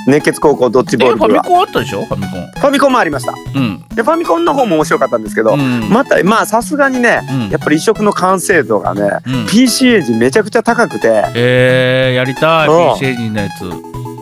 熱血高校ドッジ
え
ボー
フ
ル部
ァミ
は
コンあったでしょファミコン
ファミコンもありました。
うん
でファミコンの方も面白かったんですけど、
うん
またまあさすがにね
うん
やっぱり移植の完成度がね、
うん
PC エンジンめちゃくちゃ高くて
えー、やりたい
うん
PC エンジンのやつ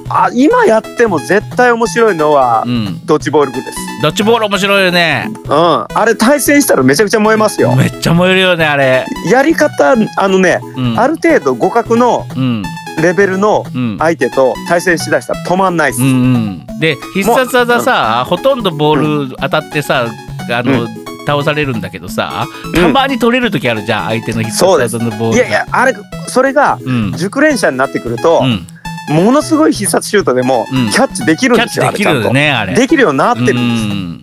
あ今やっても絶対面白いのは
うん
ドッジボール部です。
ドッジボール面白いよね
うん、あれ対戦したらめちゃくちゃ燃えますよ。
めっちゃ燃えるよねあれ
やり方あのね、
うん
ある程度互角の
うん
レベルの
うん
相手と対戦しだしたら止まんないっす。
うんうん、で必殺技さ、ほとんどボール当たってさあの、
う
倒されるんだけどさ
ん
たまに取れる時あるじゃん相手の必殺技のボールが
いやいやあれそれが
うん
熟練者になってくると
う、ん、
ものすごい必殺シュートでも
うん
キャッチできるん
キャッ
です
チ
よ、
で
あれ
き
ちゃん
る
と
よ。ねあれ
できるようになってる
うん
です、
ん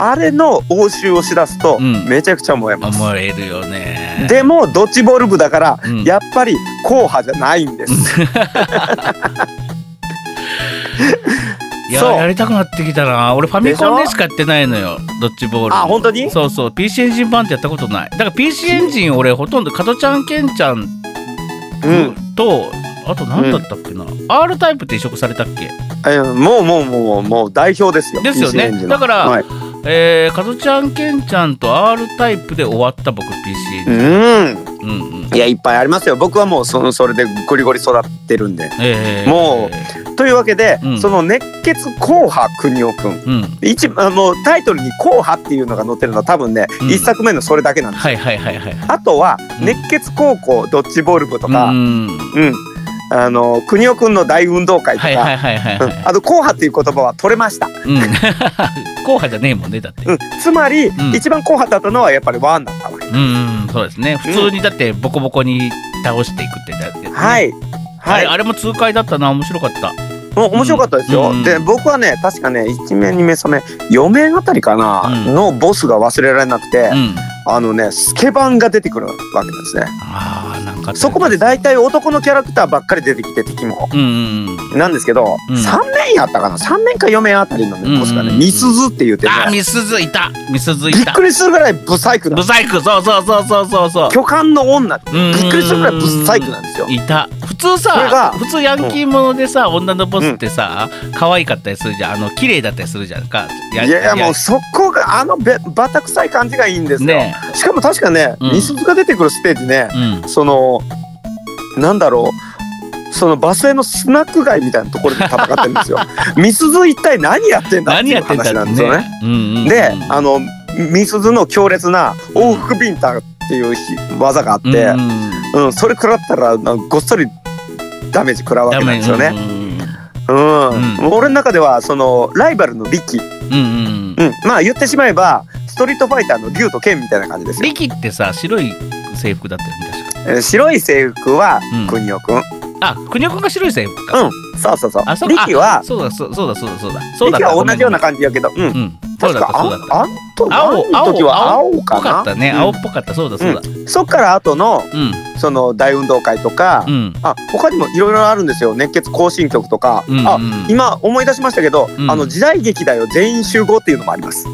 あれの応酬をしだすと、
うん
めちゃくちゃ燃えます、
思えるよね
でもドッジボール部だから、
うん
やっぱり硬派じゃないんです、
いや
そう
やりたくなってきたな俺ファミコンでしかやってないのよドッジボール
あ本当に
そうそう PC エンジン版ってやったことないだから PC エンジン俺ほとんど加トちゃんケンちゃん
うん
と、あと何だったっけな、R タイプって移植されたっけ
えーもうもうもうもう代表ですよ
ですよね
PC エンジンの
だから
はい、
えー、加トちゃんケンちゃんと R タイプで終わった僕 PC に
う
うんうん
んいやいっぱいありますよ僕はもうそのそれでゴリゴリ育ってるんで
えー、
もというわけで、
うん
その熱血硬派国尾くん
うん
一あのタイトルに「硬派」っていうのが載ってるのは多分ね、
うん
一作目のそれだけなんです
はいはいはいはい
あとは
うん
熱血高校ドッジボール部とか、
う
うん
ん
あの国尾くんの大運動会とか、
はいはいはいはい
うんあと「硬派」っていう言葉は取れました、
うん [LAUGHS] 後派じゃねえもんねだって
うん、つまり、
ん
一番硬派だったのはやっぱりワンだったわけ、
うんうんそうですね普通にだってボコボコに倒していくってだって、
は
うん
い
あ
は
れ
い
あれも痛快だったな面白かった
もう面白かったですよ、
うん
で僕はね確かね1面2面3面4面あたりかな、
うん
のボスが忘れられなくて、
うん
あのねスケバンが出てくるわけですね
ああなんか
そこまで大体男のキャラクターばっかり出てきて敵も
うんうんうん
なんですけど、
うん
三3面やったかな3面か4面あたりのねボスが
うんうん
ね
うん
みすずって言ってね
あーみすずいたみすずい
びったくりするぐらいブサイクな
ブサイクそうそうそうそうそうそう
巨漢の女って
び
びっくりするぐらいブサイクなんですよ
いた普通
それ
さ
が
普通ヤンキーものでさ女のボスってさ可愛かったりするじゃんあの綺麗だったりするじゃんかい
いやいやもうそこがあのべバタ臭い感じがいいんですよ、
ね
しかも確かね、
うん
みすずが出てくるステージね
うん
そのなんだろうそのバス停のスナック街みたいなところで戦ってるんで
[LAUGHS]
すよ。みすず一体何やってんだって
何
い
や
う
ってんだ
話
っ
なん
て
ですよね。
ねうんうんうん
であのみすずの強烈な往復ビンタっていうひ技があって、
う
うんそれ食らったらなんかごっそりダメージ食らうわ
ダ
けなん
メ
ですよね。うん
うん
俺の中ではそのライバルの力、
うんうんうんうん
うん、まあ言ってしまえばストリートファイターの竜と剣みたいな感じですよ。
力ってさ白い制服だったよね確か
えー白い制服は
うん
くにおくん。
あくにゃくんが白い制服か
うん、そうそうそう。
あそう
力は
あそうだそうそうだそうだそうだそうだ
力は同じような
感
感じやけど、うん
じ、うん、そう
確
だった
か
そうだっ
あんあんと
た青
あんの時は
青
青
っぽ
か
かっ
な。
たね
うん
青っぽかったそうだそうだ
そっから後の
うん
その大運動会とか
う、ん
あ他にもいろいろあるんですよ。熱血行進曲とか、
うん
あ。
うん
今思い出しましたけど、
うん
あの時代劇だよ全員集合っていうのもあります。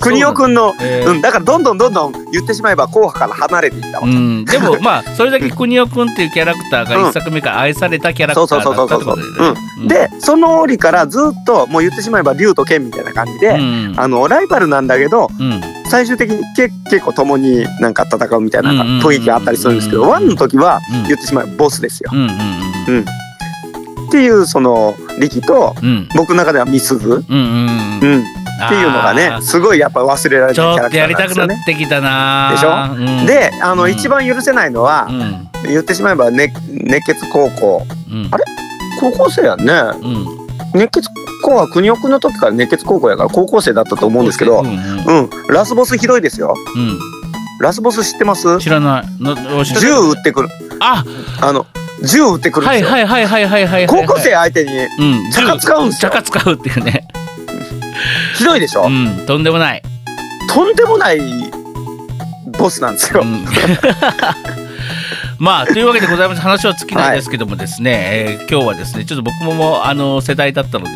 国尾くんの、
えー
うん、だからどんどんどんどん言ってしまえば紅白から離れていったわ
う。ん、でもまあそれだけ邦雄君っていうキャラクターが一作目から愛されたキャラクターだったってことだよね。うん、
でその折からずっともう言ってしまえば竜と剣みたいな感じで、
うん
あのライバルなんだけど
うん
最終的にけ結構共になんか戦うみたいな
うんうんうん
雰囲気があったりするんですけど、ワンの時は
うん
言ってしまえばボスですよ
うん
っていうその力と
うんうん
僕の中ではミスズ、
うんうん
う
うん
ん、っていうのが
あ
ね
ー
すごいやっぱ忘れられ
ち
た
ょ
キャ
っ
ラ
と
クタ
や
ー
り
なん
たく
ですよ
なっ
ね。
てきたなー。うん
であの
うん
一番許せないのは、
う
言ってしまえば、ね、熱血高校
んうん
あれ高校生やんね
うん
熱血高校は国奥の時から熱血高校やから高校生だったと思うんですけど
うんう、ん
うん、ラスボスひどいですよ
う
ラスボス知ってます
ん知らない。のお知らない
銃撃ってくる
あ
あの銃撃ってくるん
は
です
い
よ、
はいはいはいはいはいはい。
高校生相手に
うん
チャカ使うんです
チ
よ
ャカ使うっていうね。
ひどいでしょ、
うんとんでもない。
とんでもないボスなんですよ、
うん [LAUGHS] まあというわけでございます話は尽きないですけどもですね、えー今日はですねちょっと僕ももうあの世代だったので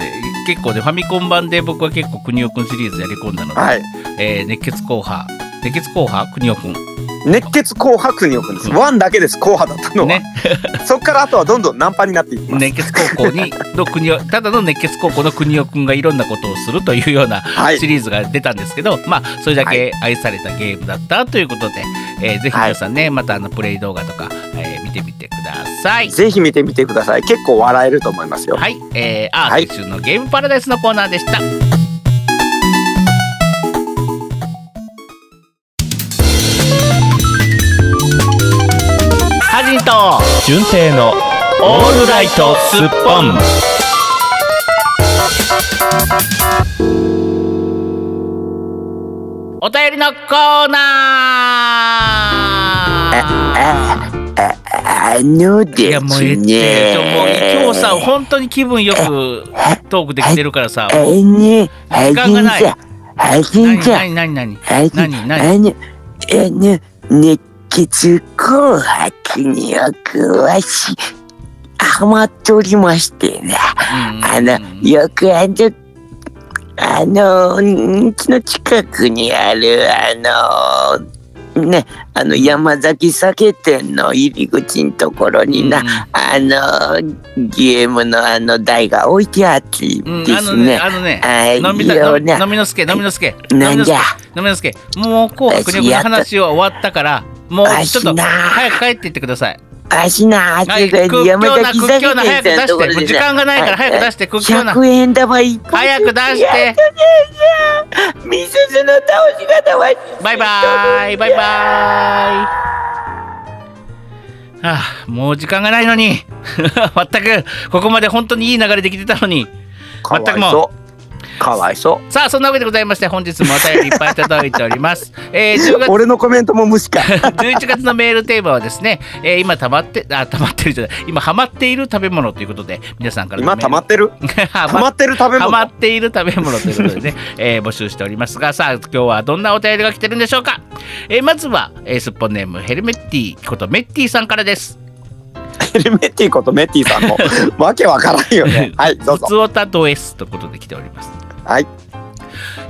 結構ねファミコン版で僕は結構「国尾くん」シリーズやり込んだので、
はい
えー熱血硬派熱血硬派国尾くん
熱血紅白に置くんです、ワンだけです紅白だったのは、
ね
そっからあとはどんどんナンパになっていきます、
熱血高校にの国尾ただの熱血高校の国尾くんがいろんなことをするというような
はい
シリーズが出たんですけど、まあそれだけ愛されたゲームだったということで、えーぜひ皆さんね、またあのプレイ動画とか、えー見てみてください。
ぜひ見てみてください結構笑えると思いますよ
はい、えー、ア
は
ー
い
ティスのゲームパラダイスのコーナーでした。ハジンと
純正の
オールライトスッポン。お便りのコーナー。
あので
いやもうええっともう今日さ本当に気分よくトークできてるからさ。
ね
時間がない。
配信
何何何何何何
あの、あの、熱血紅白にお詳しい。ハマっておりましてね。あの、よくあの、あの、うちの近くにある、あの、ね、あの、山崎酒店の入り口のところにな、あの、ゲームのあの台が置いてあってで
うん、あの
す
ね、
ね。
あのね、
はい、
飲みた
よう
飲み
な、
飲みのすけ、飲みのすけ、飲み
なん
のす
じ
け
ゃ、、
飲みのすけ、もう紅白にの話は終わったから、もうちょっ
わし
と
な
早く帰っていってください。
あしな、あ
はい、
ち
屈
が
強
山
な
崎
屈
酒
強な
店
早く出
さん
し
のとこ
て、もう
ろでね
時間がないから
はい
早く出して、屈強な。
100円玉いっぱい
早く出して。
みすずの倒し方は
バイバイバイバイはあ、もう時間がないの [LAUGHS] に全くここまで本当にいい流れできてたのに全くもう
かわいそ
さあそんなわけでございまして本日もお便りいっぱい届いております。 [LAUGHS] えー、10
う
月
俺のコメントも
[LAUGHS]
無視か
11月のメールテーマはですね、えー今溜まってあ溜まってるじゃない今ハマっている食べ物ということで皆さんからの
今溜まってる
メール [LAUGHS] ハ
溜
マ
まってる食 [LAUGHS] べ
ハマ
物
っている食べ物ということでね、えー募集しておりますがさあ今日はどんなお便りが来てるんでしょうか、えーまずは、えーすっぽんネームヘルメッティことメッティさんからです
ヘルメッティことメッティさ
[LAUGHS]
んもわけわからんよねはいどう
普
ぞ
通おたド S ということで来ております
はい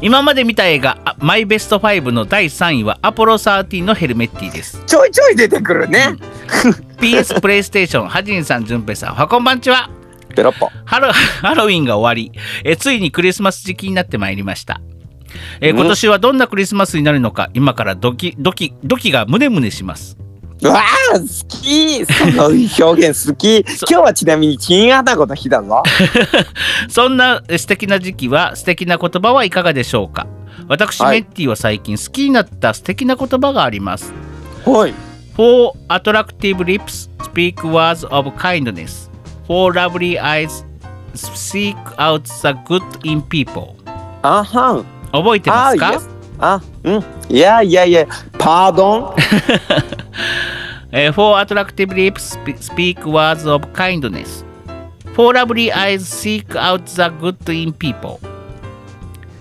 今まで見た映画あマイベスト5の第3位はアポロ13のヘルメッティです
ちょいちょい出てくるね、 [LAUGHS]
PS プレイステーションハジンさんじゅんぺいさんおはこんばんちは
ペロッポ
ハロハロウィンが終わりえついにクリスマス時期になってまいりましたえ
うん
今年はどんなクリスマスになるのか今からドキドキドキがムネムネします
うわあ好きその表現好
[LAUGHS]
き今日はちなみにチンアナゴの日だぞ
そんなえ素敵な時期は素敵な言葉はいかがでしょうか私、
はい
メッティは最近好きになった素敵な言葉があります
はい
Four attractive lips speak words of kindness Four lovely eyes seek out the good in people
あはん
覚えてますか、
あ、yes あ、うん。いやいやいや、パードン。
えー Four attractive lips spe- speak words of kindness. Four lovely eyes seek out the good in people.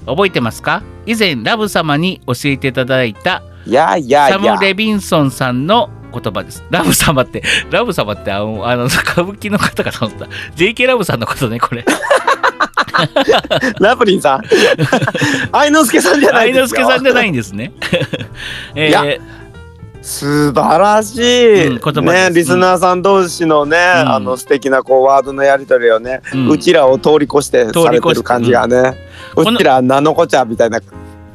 覚えてますか以前ラブ様に教えていただいた
いやいや
サ
いや
ム・。レビンソンさんの言
[LAUGHS]
葉です。ラブ様って、ラブ様ってあの、あの歌舞伎の方かと思った。JK ラブさんのことね、
[LAUGHS]
これ。
ラブリ
[LAUGHS]
ンさん。愛之助さんじゃない
愛
で
之
すか。。
助さんじゃないいんですね。
[LAUGHS] いや
えー
素晴らし
うん言
い。
葉です
ね、リスナーさん同士のね、
ん
あの素敵なこうワードのやり取りをね、
う
うんちらを通り越して
通
さ
り
れ
越して
てる感じがね。
うんこの
うちらなのこちゃみたいな。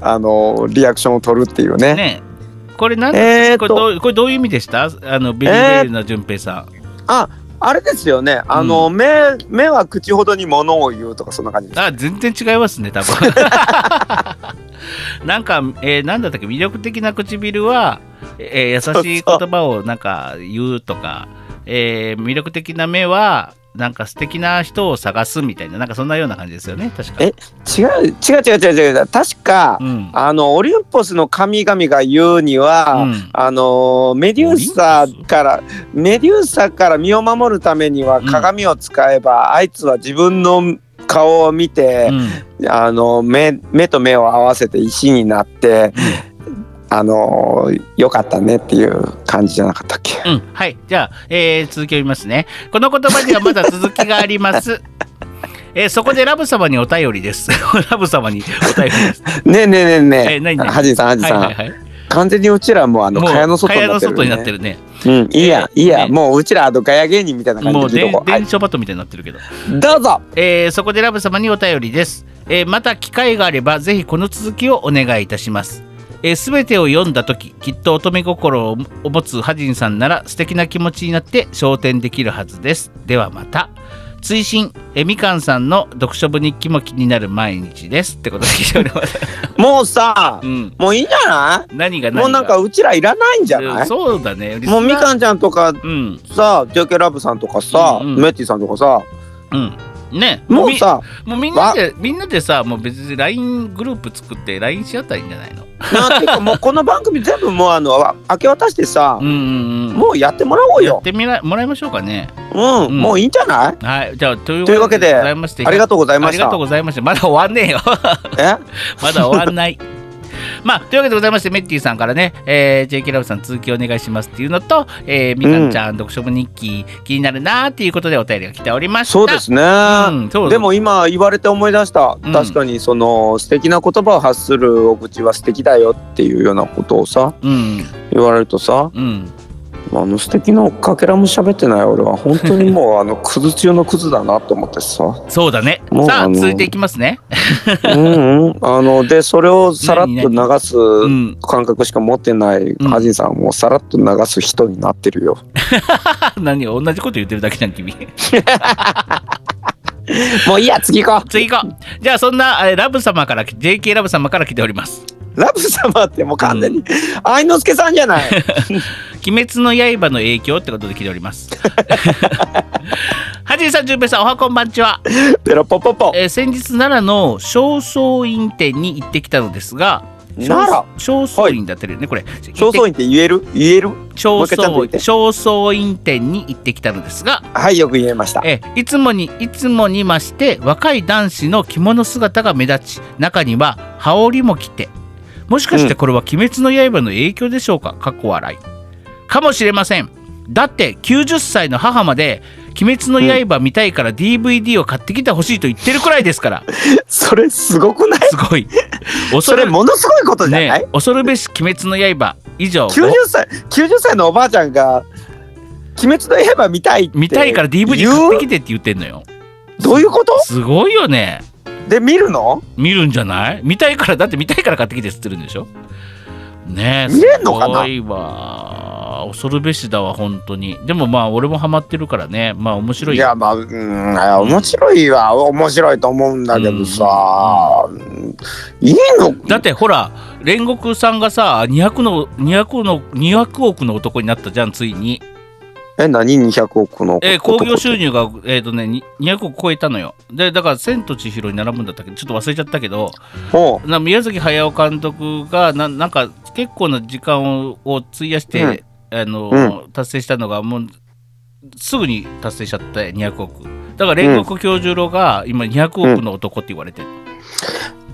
あのリアクションを取るっていうね。
ねこれなん
えーっ
これど
と、
うこれどういう意味でしたあの、ビビーベルの淳平さん。
あ、あれですよね。あの、目、目は口ほどに物を言うとか、そんな感じです。
あ全然違いますね多分なんか、えー、なんだったっけ魅力的な唇は、えー優しい言葉をなんか言うとかえー魅力的な目はなんか素敵な人を探すみたいななんかそんなような感じですよね確か
え違う、違う、違う、違う、違う、確か。
うん
あのオリンポスの神々が言うには、
うん
あのメデューサからメデューサから身を守るためには
うん
鏡を使えば、あいつは自分の顔を見
う
て、
ん
あの目目と目を合わせて石になって、あのよかったねっていう感じじゃなかったっけ
うん、はい。じゃあ、えー続きを見ますね。この言葉にはまだ続きがあります。えーそこでラブ様にお便りです。 [LAUGHS] ラブ様にお便りです。
ねえねえねえ
え何
ねえ
何
ハジンさんハジン
はい
さん、
はいはい。
完全にうちらもうあの
もう
蚊帳の外
蚊帳の外
に
にな
なっ
ってて
る
るね。
よね、うん、いいやいい
ね
やもううちらあのガヤ芸人みたいな感じ
も
で
う
聞
で
いとこうはい
電書バトみたいになってるけど、
どうぞ
えーそこでラブ様にお便りです、えーまた機会があればぜひこの続きをお願いいたしますえー、全てを読んだ時きっと乙女心を持つハジンさんなら素敵な気持ちになって昇天できるはずですではまた追伸えーみかんさんの読書部日記も気になる毎日ですってことで聞いております、
もうさ、
うん、
もういいんじゃない
何が何が
もうなんかうちらいらないんじゃ
う
なんい
そうだねリスナー
もうみかんちゃんとか
うん
さ JK ラブさんとかさ、
うんうん
メッティさんとかさ
うんね
もう
み
さ
もうみんなでみんなでさもう別に LINE グループ作って LINE し合ったらいいんじゃないの
なんていうかもうこの番組全部もうあのわ明け渡してさ
うん、うんうん
もうやってもらおう
やっ
よ、
てみらもらいましょうかね
うん
うん
もういいんじゃない
はいじゃあという
というわけで
ございまして
ありが
と
とうございま
あり
し
が
た
とうございましたまだ終わんねえよ
え
[LAUGHS] まだ終わんないまあというわけでございましてメッティさんからね、えー、JK ラブさん続きお願いしますっていうのと、えー、みかんちゃん、読書部日記気になるなーっていうことでお便りが来ておりました
そうですね、
うんそう
でも今言われて思い出した、
うん
確かにその素敵な言葉を発するお口は素敵だよっていうようなことをさ
うん
言われるとさ
うん
あの素敵なかけらも喋ってない俺は本当
[LAUGHS]
にもうあのクズ中のクズだなと思ってさ
そうだね
もう
さ
あ
あ
の
続いていきますね
うんうん、あのでそれをさらっと
何
流す
うん
感覚しか持ってない
ん
ハジンさんはもうさらっと流す人になってるよ。
[LAUGHS] 何同じこと言ってるだけじゃん君
もういいや次行こ
次行こうじゃあそんなえーラブ様から JK ラブ様から来ております
うラブ様ってもう完全に愛之助さんじゃない
[LAUGHS] 「鬼滅の刃」の影響ってことで来ておりますハジンさん、ジュンペイさん、お [LAUGHS] はこんばんちは。
ペロポポポ。
えー先日奈良の正倉院店に行ってきたのですが
奈良
正倉院だってるよね、これ
正倉院って言える言えるもう
正
一回ちゃんと
倉
言っ
院
て
正倉院店に行ってきたのですが
はい、よく言えました。
えーいつもにいつもに増して若い男子の着物姿が目立ち中には羽織も着てもしかしてこれは「鬼滅の刃」の影響でしょうか過去笑いかもしれませんだって90歳の母まで「鬼滅の刃」見たいから DVD を買ってきてほしいと言ってるくらいですから
それすごくない
す
[LAUGHS]
ごい。
そ
恐
れ
る
ものすごいことじゃない、
ね、恐るべし鬼滅の刃以上。
90歳90歳のおばあちゃんが「鬼滅の刃見たい」って
見たいから DVD
言う
買ってきてって言ってんのよ。
どういうこと
すごいよね。
で見るの
見るんじゃない？見たいからだって見たいから買ってきてっつってるんでしょ。ねえ、
見れんのかな
すごいわ。恐るべしだわ本当に。でもまあ俺もハマってるからね。まあ面白い。
やまあうん面白いは面白いと思うんだけどさ、うんいいの
だってほら煉獄さんがさ200の200の200億の男になったじゃんついに。
え何200億の
えー、興行収入が、えーとね、に200億超えたのよ。でだから「千と千尋」に並ぶんだったっけどちょっと忘れちゃったけど
ほ
な宮崎駿監督がななんか結構な時間をを費やして、あの達成したのがもうすぐに達成しちゃった200億。だから煉獄教授郎が今200億の男って言われてる、
う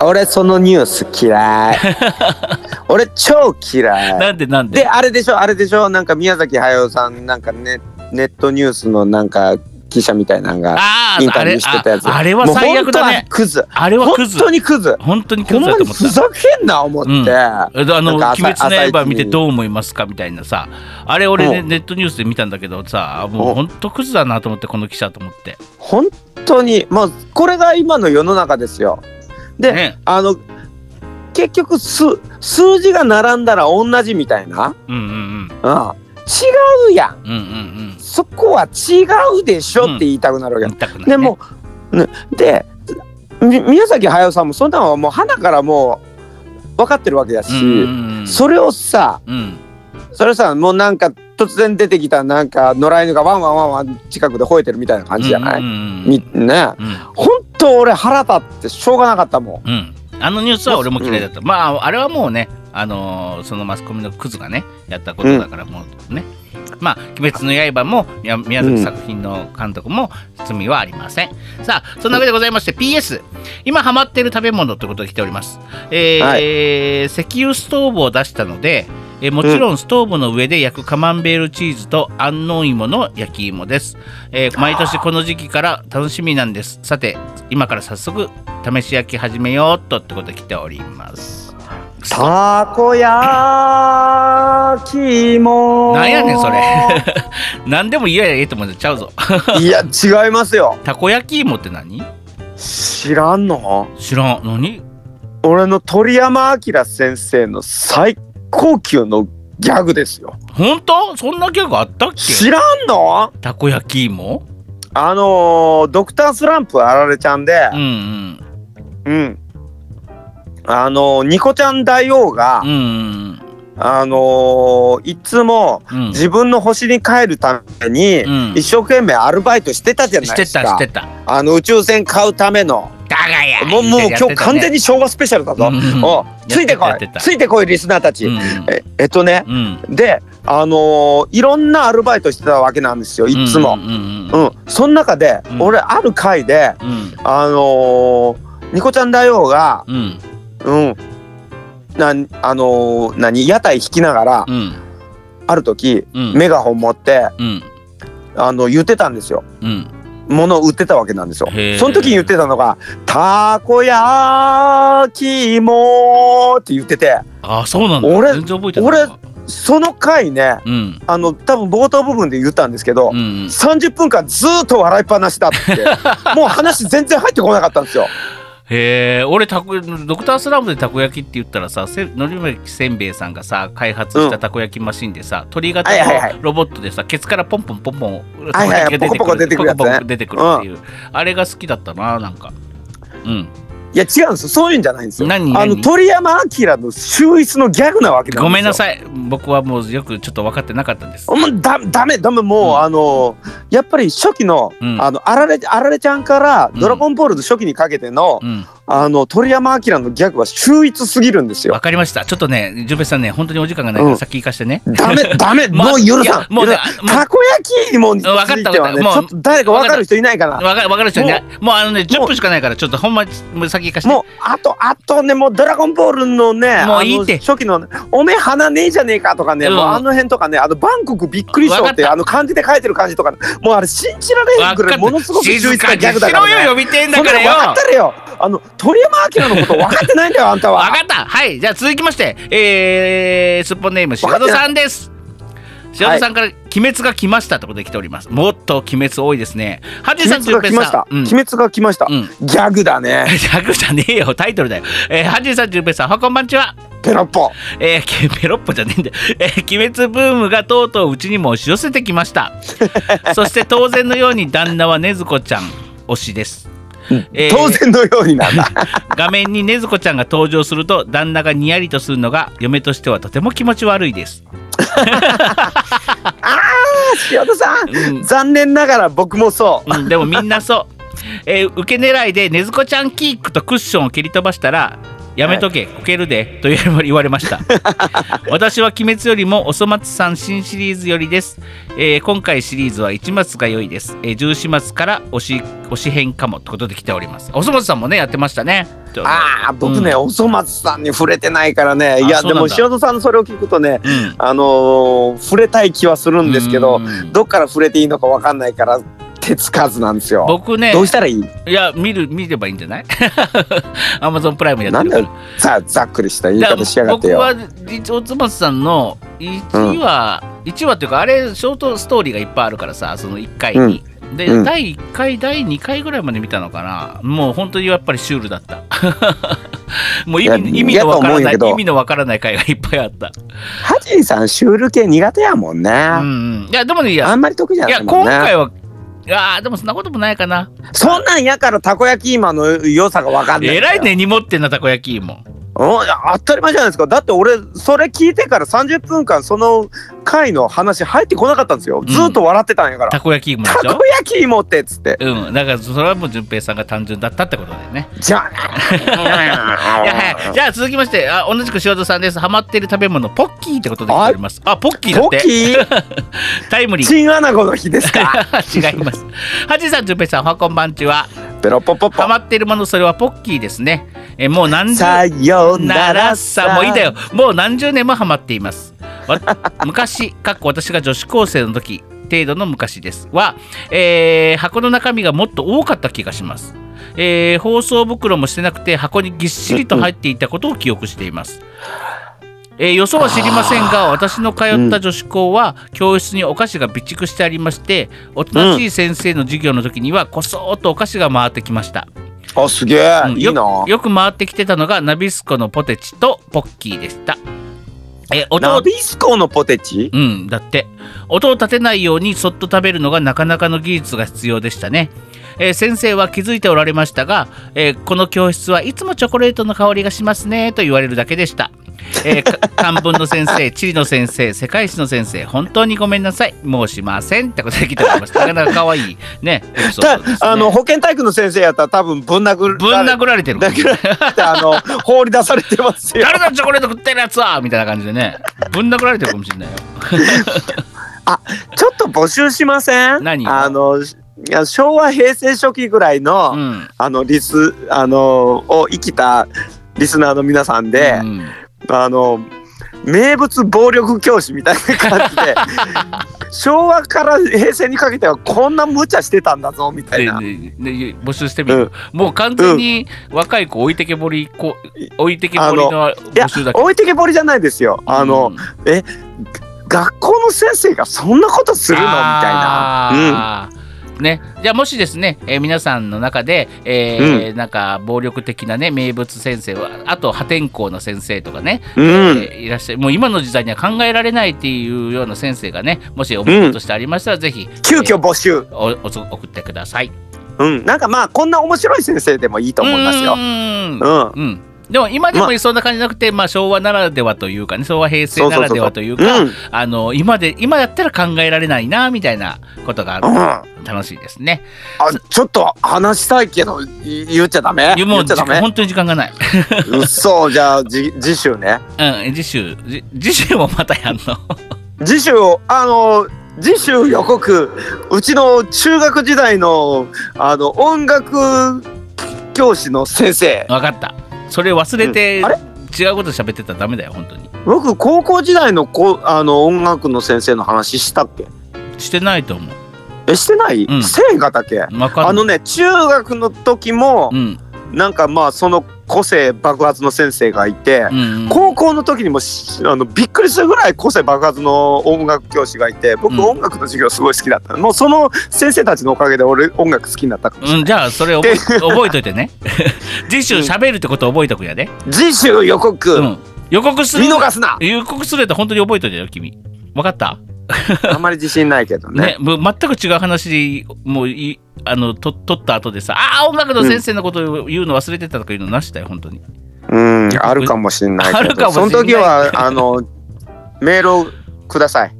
俺そのニュース嫌い
[LAUGHS]
俺超嫌い
なんでなんで
であれでしょあれでしょなんか宮崎駿さんなんかネネットニュースのなんか記者みたいなのが
あ
イン
ああ
タビュー
れ
してたや
あ
つ
あれは最悪だ
もう本当
ね
はクズ
あれはク
本
ズ
当にクズ
本当にク
ほん
ズだ
ま
と
に
思っ
ふ
た
ざけんな思って、
うんえとあの「
なんか
鬼
朝
滅の刃」見て
朝一に
どう思いますかみたいなさあれ俺ね
う
ネットニュースで見たんだけどさもう
うん
ほんとクズだなと思ってこの記者と思って
本当にまあこれが今の世の中ですよで、
ね
あの結局数数字が並んだら同じみたいな、
うんうん
うん、違うやん
うんうんうん
そこは違うでしょって言いたくなるわ
う
け、
ん見たくないね
でもう、ね、でみ宮崎駿さんもそんなのはもう花からもう分かってるわけだし、
うんうんうん
それをさ
うん
それさもうなんか突然出てきたなんか野良犬がワンワンワンワン近くで吠えてるみたいな感じじゃない、
うんうん
みね
うん
本当俺腹立ってしょうがなかったもん
うんあのニュースは俺も嫌いだったまああれはもうねあのーそのマスコミのクズがねやったことだからもうねまあ「鬼滅の刃も」や宮崎作品の監督も罪はありません、さあそんなわけでございまして PS 今ハマってる食べ物ということで来ておりますえー
は
石油ストーブを出したのでえーもちろんストーブの上で焼くカマンベールチーズと安納芋の焼き芋です、えー毎年この時期から楽しみなんですさて今から早速試し焼き始めようっとってことで来ております
たこ焼きも
なんやねんそれ [LAUGHS] 何でも嫌やええと思っちゃうぞ
[LAUGHS] いや違いますよ
たこ焼き芋って何
知らんの
知らん何
俺の鳥山明先生の最高級のギャグですよ
本当そんなギャグあったっけ
知らんの
たこ焼き芋
あのードクタースランプあられちゃんで
うんうん
うん、あのーニコちゃん大王が、
うんうん
あのーいつも
うん
自分の星に帰るために、
うん
一生懸命アルバイトしてたじゃ
し
ないで
て
すか
たしてた
あの宇宙船買うための
だがや
もうもう今日完全
に
に昭和スペシャルだぞ、おついてこ
やって
い
た
ついてこいリスナーたち、
うん
ええっとね
うん
であのーいろんなアルバイトしてたわけなんですよいつも
う。んうん
うん、その中で、
うん
俺ある回で
うん
あのーニコちゃん大王が
うんうん
うんなんあのー何屋台引きながら、
うん
ある時
うん
メガホン持って
うん
あの言ってたんですよ。
うん
ものを売ってたわけなんですよ
へー。
その時に言ってたのが「たこ焼きも」って言ってて
ああそうなんだ
俺
全然覚えてないわ
その回ね
うん
あの多分冒頭部分で言ったんですけど、
うん
30分間ずーっと笑いっぱなしだって
[LAUGHS]
もう話全然入ってこなかったんですよ。
へえ俺たこドクタースラムでたこ焼きって言ったらさせのりまきせんべいさんがさ開発したたこ焼きマシンでさ、鳥型
はいはいは
のロボットでさ、ケツからポンポンポンポンたこ焼きが
はいはいポコポコ出てくるやつ
ポ
ね
コポコ出てくるっていう、あれが好きだったななんかうん
いや違うんですよそういうんじゃないんですよ
何何
あの鳥山明の秀逸のギャグなわけなんですよ
ごめんなさい僕はもうよくちょっと分かってなかったんです
もうだダメダメもう、
うん
あのやっぱり初期の,、
うん
あのあられあられちゃんから「ドラゴンボール」の初期にかけての,、
うん、
あの鳥山明のギャグは秀逸すぎるんですよ
わ。かりました。ちょっとね、純平さんね、本当にお時間がないか
う
ら
ん
先行かしてね。
ダメダメ
[LAUGHS] まあ
もう許
いや
さん
もうね
許さん
あもう
たこ焼きにもにつ
わかった
いてはね
わ
ち
かった
ょっと誰かわかる人いないかな
わかわかる人にね、もうあのね、10
もう
分しかないから、ちょっとほんまもう先行かして。
もうあとあとねもう「ドラゴンボール」のね
もういい
あの
って
初期のね「おめえ鼻ねえじゃねえか」とかね、
うん
もうあの辺とかねあの「バンコクびっくりショー」って
わかった
あの漢字で書いてる感じとか、もうあれ信じられへん
わ
ぐ
から
い
っ
ものすごく秀
静
逸
か
な
に
ギャグ
し
だから、
ろ
ね。
よ、呼びてん
そ
だ
ん
か
なの
らよ。
分かったれよあの鳥山明のこと分かってないんだよあんたは
[LAUGHS] わかった。はい、じゃあ続きまして、えー、すっぽんネーム、白戸さんです。白戸さんから、鬼滅が来ましたってことで来ております。もっと鬼滅多いですね。はじ
鬼
さん、
滅
純
が来
平
まし
さ
た、
ん。うん
鬼滅が来ました、
うん
ギャグだね
略じゃねえよタイトルだよ、えー、はじさん、じゅんぺいさん、おはこんばんちは、
ペロッポ
えー、けペロッポじゃねえんだよ、えー、鬼滅ブームがとうとううちにも押し寄せてきました
[LAUGHS]
そして当然のように旦那はねずこちゃん推しです、えー
当然のようになんだ
画面にねずこちゃんが登場すると旦那がニヤリとするのが嫁としてはとても気持ち悪いです
あー塩田さん、
うん
残念ながら僕もそう
うん、でもみんなそう、 [LAUGHS] えー受け狙いでねずこちゃんキックとクッションを蹴り飛ばしたらやめとけ、こけるでと言われました [LAUGHS] 私は鬼滅よりもおそ松さん新シリーズよりです、えー今回シリーズは一松が良いです、えー、14松から推し推し編かもってことで来ておりますおそ松さんもねやってましたねちょうど
ああ僕ね、
う
おそ松さんに触れてないからねい
あ
や
そう
で
なん
も
だ
塩田さんのそれを聞くとね
うん
あのー触れたい気はするんですけど
うん
どっから触れていいのか分かんないから手つかずなんですよ
僕ね
どうしたらいい
いや見る見ればいいんじゃない [LAUGHS] アマゾンプライムやって
なん
るから
ださあざっくりした言い
だから
方しやがって
僕
よ
は一応松さんの1話、一話っていうかあれショートストーリーがいっぱいあるからさその1回に、で、
うん
第1回第2回ぐらいまで見たのかなもう本当にやっぱりシュールだった [LAUGHS] もう意
いや
味意味のわから
い
ない
やと思うんやけど
意味のわからない回がいっぱいあった
ハジンさんシュール系苦手やもんね、
うんうんいやでもねいや
あんまり得意じゃ
い
な
や
いも
今
んね
回はいやーでもそんなこともないかな
そんなんやからたこ焼き今の良さが分かんない
えらい根に持ってんなたこ焼き芋
お当たり前じゃないですかだって俺それ聞いてから30分間その回の話入ってこなかったんですよ
ん
ずっと笑ってたんやから、
たこ焼き芋で
た
しょ
こ焼き芋ってっつって
うんだからそれはもう淳平さんが単純だったってことだよね
じゃあ
いやはいじゃあ続きましてあ同じく塩田さんですハマっている食べ物ポッキーってことで来ておりますあポッキーだっ
ポッ
て
キー
[LAUGHS] タイムリー
チンアナゴの日ですか
[LAUGHS] 違いますはじさんじゅんぺいさんおはこんばんちは
ペロポポポ
ハマっているものそれはポッキーですねえもう何十
さよ
な
な
ら
ら
さもういいだよもう何十年もハマっています
[LAUGHS]
わ昔かっこ私が女子高生の時程度の昔ですは、えー箱の中身がもっと多かった気がします、えー包装袋もしてなくて箱にぎっしりと入っていたことを記憶しています、えーよそは知りませんが私の通った女子校は教室にお菓子が備蓄してありましておとなしい先生の授業の時にはこそーっとお菓子が回ってきました
あすげえ、
うん
いい
よ
な
よく回ってきてたのがナビスコのポテチとポッキーでしたえ音
ナ
を
ビスコのポテチ
うんだって音を立てないようにそっと食べるのがなかなかの技術が必要でしたね、えー先生は気づいておられましたが、えーこの教室はいつもチョコレートの香りがしますねと言われるだけでした、えー
[LAUGHS]
か漢文の先生地理の先生世界史の先生本当にごめんなさいもうしませんってことで来ておりますなかなか可愛いねエピソー
た
ドですね
あの保健体育の先生やったら多分ぶん殴る
ぶん殴られてる
だからあの
[LAUGHS]
放り出されてますよ
誰だチョコレート食ってるやつはみたいな感じでねぶん殴られてるかもしれないよ
ちょっと募集しません
何
あのいや昭和平成初期ぐらいの、
うん
あのリスあのを生きたリスナーの皆さんで、
うん
あの名物暴力教師みたいな感
[LAUGHS]
じで昭和から平成にかけてはこんな無茶してたんだぞみたい
でで
な。
で募集してみる、もう完全に若い子置いてけぼりこ置いてけぼりの
いや
募集だけ
置いてけぼりじゃないですよ。あの、
うん
学校の先生がそんなことするのみたいな。
あーね、じゃあもしですね、えー皆さんの中で、えーなんか暴力的なね名物先生はあと破天荒の先生とかね、
うん、うん
え、ーいらっしゃるもう今の時代には考えられないっていうような先生がねもし思うことしてありましたら、ぜひ
急遽募集。
おお送ってください。
うん、なんかまあこんな面白い先生でもいいと思いますよ
う。ん
う
う
ん、
んでも今でも
ま
そんな感じじゃなくて、まあ、昭和ならではというかね昭和平
そ
成
う
な
そ
ら
うそう
で
そ
は
う。
という
う
か
ん、
あの今で今やったら考えられないなみたいなことがある
うん
か
あ
ら楽しいですね。
ちょっと話したいけどい言っちゃダメ
いや
言
も
っ
う
ちゃ
時
ダ
間
メ
本当に時間がない。
嘘じゃあじ次週ね
うん、次週じ次週もまたやんの。 [LAUGHS]
次週あの次週予告うちの中学時代のあの音楽教師の先生
わかった。それ忘れて、
うんあれ
違うこと喋ってたらダメだよ本当に。
僕高校時代のこあの音楽の先生の話したっけ
してないと思う。
えしてない、
うん
成果だけ
わかんない
あのね中学の時も
うん
なんかまあその個性爆発の先生がいて、
うん
高校の時にもしあのびっくりするぐらい個性爆発の音楽教師がいて僕
うん
音楽の授業すごい好きだったの、もうその先生たちのおかげで俺音楽好きになったかもしれ
うん、じゃあそれ覚
[LAUGHS]
え覚えといてね [LAUGHS] 次週喋るってこと覚えとくんやで、
ない、次週予告、
うん、予告する
見逃すな
予告するやつ本当に覚えといてよ君わかった
あんまり自信ないけど
ね
ね
もう全く違う話もういあのと取った後でさあー音楽の先生のことを言うの忘れてたとかいうのなしだよ本当に
うんあるかもしれないけど
あるかもしれない
その時はあのメールをく
[LAUGHS]
ださい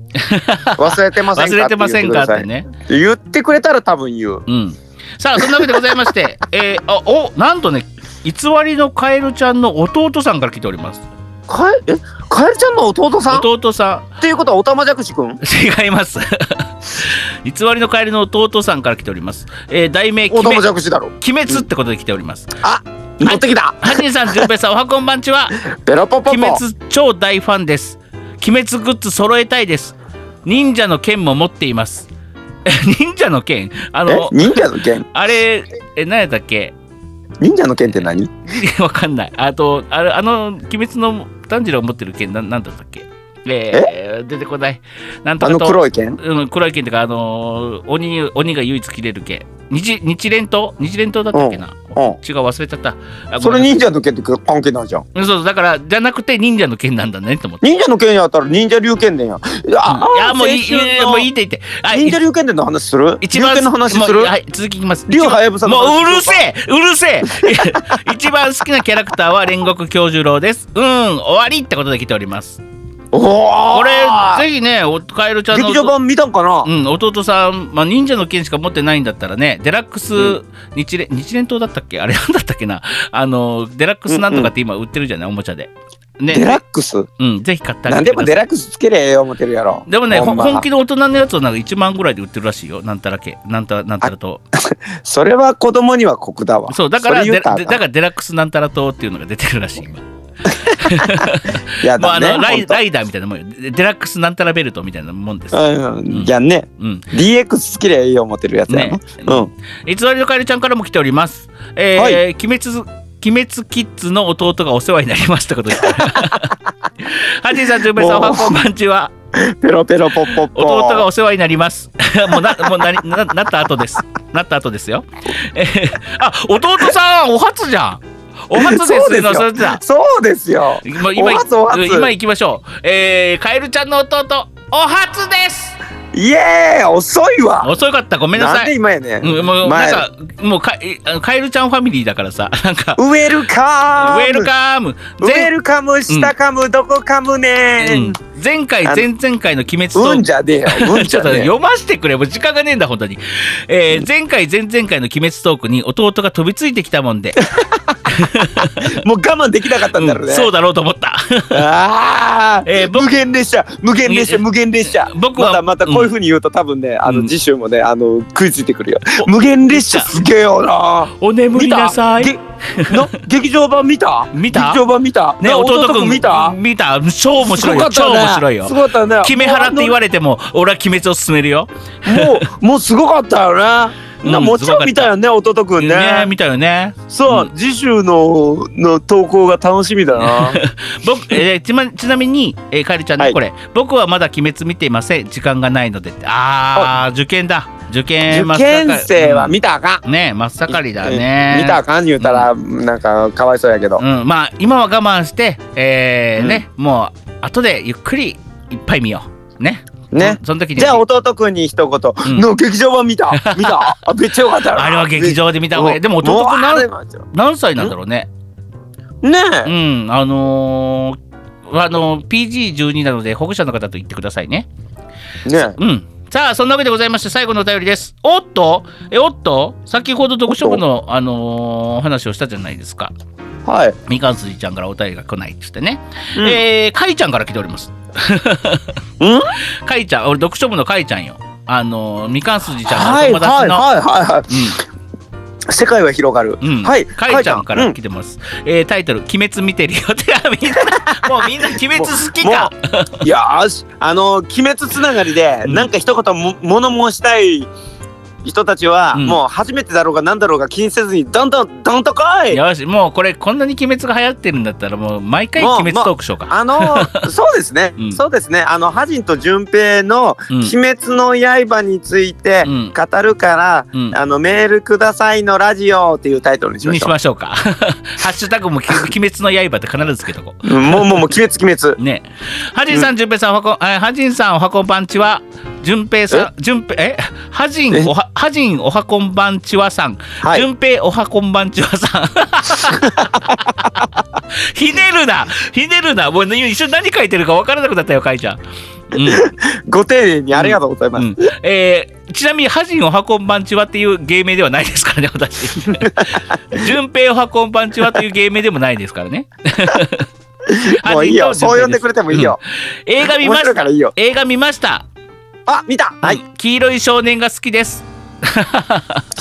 忘れてませんか
忘れてませんかっ
って
て
言ってくだ
ね
さい言ってくれたら多分言う
うんさあそんなわけでございまして [LAUGHS] えー、あおなんとね偽りのカエルちゃんの弟さんから来ております
かええカエルちゃんの弟さん
弟さん
っていうことはおたまじゃくしくん
[LAUGHS] 違います。偽りのカエルの弟さんから来ております。えー、題名鬼
おた
滅
まじゃくしだろ
鬼滅ってことで来ております。
持ってきた
ハニーさん、ジュンペイさん、おはこんばんちは。
ベロポポポ
鬼滅超大ファンです。鬼滅グッズ揃えたいです。忍者の剣も持っています。え [LAUGHS] 忍者の剣あ
え
の、
忍者の剣
あれ、え、何やったっけ [LAUGHS]
忍者の剣って何
わかんない。あと、あれあの、鬼滅の炭治郎持ってる剣、なんなんだったっけえー出てこない。なんと
あ
か
の
と
黒い剣
うん、黒い剣とか、あのー鬼鬼が唯一切れる剣日日連刀日連刀だったっけな、
うんうん
違う忘れちゃったあご
そ
め
れ
ん
忍者の剣って関係ないじゃん
うんそうそうだからじゃなくて忍者の剣なんだねと思って、
忍者の剣やったら忍者竜剣伝やいや
うんいやもういいいやもういいって言ってあ
忍者竜剣伝の話する竜
一番
剣の話す
も
る
うはい続きいきます
竜はやぶさの
もう
話
うるせえうるせえ [LAUGHS] 一番好きなキャラクターは煉獄教授郎ですうん終わりってことで来ております
おお
これぜひねおカエルちゃんの
劇場版見たんかな
うん、弟さん、まあ、忍者の剣しか持ってないんだったらね、デラックス
うん
日連、日連刀だったっけあれなんだったっけなあの、デラックスなんとかって今売ってるじゃない、おもちゃで。
デ
ね、
ラックス
うん、ぜひ買ってあ
何
げてく
でも
ださ
デ
い。
ラックスつけりゃええ思ってるやろ
でもね、
ほ
ほ
んま
本気の大人のやつはなんか1万ぐらいで売ってるらしいよ。なんたらけ、なんたら、なんたらと。
それは子供には酷だわ
そう、だから、で
それ言うた
だ
らあ
か
から
デラックスなんたらとっていうのが出てるらしい。今
んや
もうあ
だ
のライ
ね
ライダーみたいなもんよ。デデラックスなんたらベルトみたいなもんです。
ほんとうんじゃあね
うん。
DX つけりゃええ思ってるやつや
ね
なうん
偽りのカエルちゃんからも来ております。えー
はい
鬼滅鬼滅キッズの弟がお世話になりました
[LAUGHS]
ことです。ハジーさん、ジュンペイさん、お
もう
はこんばんちは。
ペロペロポッポッポ
弟がお世話になります。 [LAUGHS] もうな、もうなり、な、なった後です。なった後ですよ。えーあ、弟さん、お初じゃん。お初です
そうです
の
よ
それだ。
そうですよ
今、
お
今、
初お初
今行きましょう。えー、カエルちゃんの弟、お初です。
イエーイ遅いわ
遅かった、ごめんなさ
なん
い
で。今やね
うん、もう
前
なんかもうかえあのカエルちゃんファミリーだからさなんか
ウェルカ
ウ
ム
ェルカム
ウェルカム
全
下カム、どこカム
前,、うん
ね、
前回
あの
前々回の「鬼滅
うん、
と」
じゃねえよう
[LAUGHS]
ん
ち
じ
ょ
ゃ
っと
ねえよ
読ませてくれもう時間がねえんだ本当に、えー前回前々回の「鬼滅トーク」に弟が飛びついてきたもんで、
もう我慢できなかったんだろう
う
ね、
んそうだろうと思った [LAUGHS]
あー、
えー僕
無限列車無限列車無限列車
僕は
またまたこういうふうに言うと、多分ねあ
う
の
ん
次週もねあの食いついてくるよ無限列車
見た
すげえよな
お眠り
見た
なさい
げの劇場版見た
見た
劇場版見た
ね
な
弟くん
見た
見た超面白いよ、
す
超
ごかったね
面白いよ
すごかったね
決め払って言われても俺は鬼滅を進めるよ、
もう、もうすごかったよね。な、
うん
もちろん見たよね、弟くん
ね
ね。
見たよね
そう、次週の、の投稿が楽しみだな。
僕、えーちま、ちなみに、えー、かえりちゃんね、
はい
これ僕はまだ鬼滅見ていません時間がないのでってああ受験だ受験
[LAUGHS] 受
真っ盛り
験生は見たらあかん。
ね真っ盛りだ
うん
ね
見たらあかん言うたら、なんかかわいそうやけど。
うんまあ今は我慢してえーね、もう後でゆっくりいっぱい見ようね
ね
その時に
じゃあ弟くんに一言、
うん
の劇場版見た見たあめっちゃよかったよな
あれは劇場で見た方がいいでも弟くん
な
何
る
何歳なんだろうね
ね
う
え、
んあのーあの PG12 なので保護者の方と言ってくださいね
ね
うん。さあ、そんなわけでございまして、最後のお便りです。おっとえ、おっと先ほど読書部の、あのー話をしたじゃないですか。
えはい、
みかんすじちゃんからお便りが来ないって言ってね。
うん
えー、かいちゃんから来ております。 [LAUGHS] かいちゃん、俺、読書部のかいちゃんよ。あのーみかんすじちゃんの
はい
お友達
はい
の。
はいはいはい世界は広がる、
うん、うん、
はい
かいちゃんか
う
ら来てます。えータイトル、鬼滅見てるよって、あみん
[LAUGHS]
な、もうみんな鬼滅好きか。
いやーしあの鬼滅つながりで、
うん
なんか一言も物申したい人たちは、
うん
もう初めてだろうが何だろうが気にせずにどんどんどんと来い
よし、もうこれ、こんなに鬼滅が流行ってるんだったら、もう毎回鬼滅トークショーか。
あの
[LAUGHS]
ーそうですね、
うん
そうですねあのハジンと順平の
う
「
ん
鬼滅の刃」について
うん
語るから、
うん
あのメールくださいのラジオっていうタイトルにしま
に
し
し
ょ
ましょうか。 [LAUGHS] ハッシュタグもき鬼滅の刃って必ずつけとこ
う。うんもうもうもう鬼滅鬼滅
う。ね。ハジンさん、じゅんぺいさん、おはこ、えーハジンさん、おはこんばんちは。じゅんぺいさん、じゅんぺい、え、ハジン、おは、ハジン、おはこんばんちはさん。
はい
じゅんぺい、おはこんばんちはさん。ひねるな、ひねるな、もう、ね、一緒に何書いてるか分からなくなったよ、かいちゃん。うん。
ご丁寧にありがとうございます。
うんえーちなみに「ハジンおはこんばんちは」っていう芸名ではないですからね
[LAUGHS]
私順平おはこんばんちはという芸名でもないですから
[LAUGHS]
ね
もういいよ
ハジンと
そう
順平です
呼んでくれてもいいよ、
うん映画見
面
ま
白い
し
か
た
らいいよ
映画見ました、
あ見たはい
黄色い少年が好きです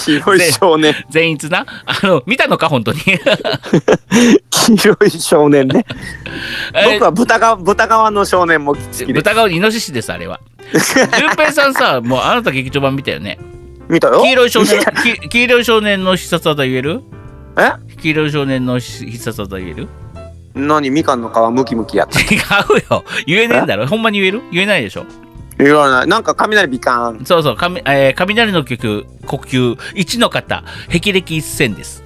黄色い少年
善逸なあの見たのか
[LAUGHS]
本当に
黄色い少年ね
え
僕は豚が豚側の少年も好
ー
きで
豚顔にイノシシですあれ
[LAUGHS]
は順平さんさもうあなた劇場版見たよね
見たよ
黄色い
[LAUGHS]
少年き黄色い少年の必殺技言える
え
黄色い少年の必殺技言える
何みかんの皮ムキムキやって
違うよ言えねえんだろほんまに言える言えないでしょ
言わないなんか雷ビカン
そうそうかみ、えー雷の曲呼吸一の方霹靂一閃です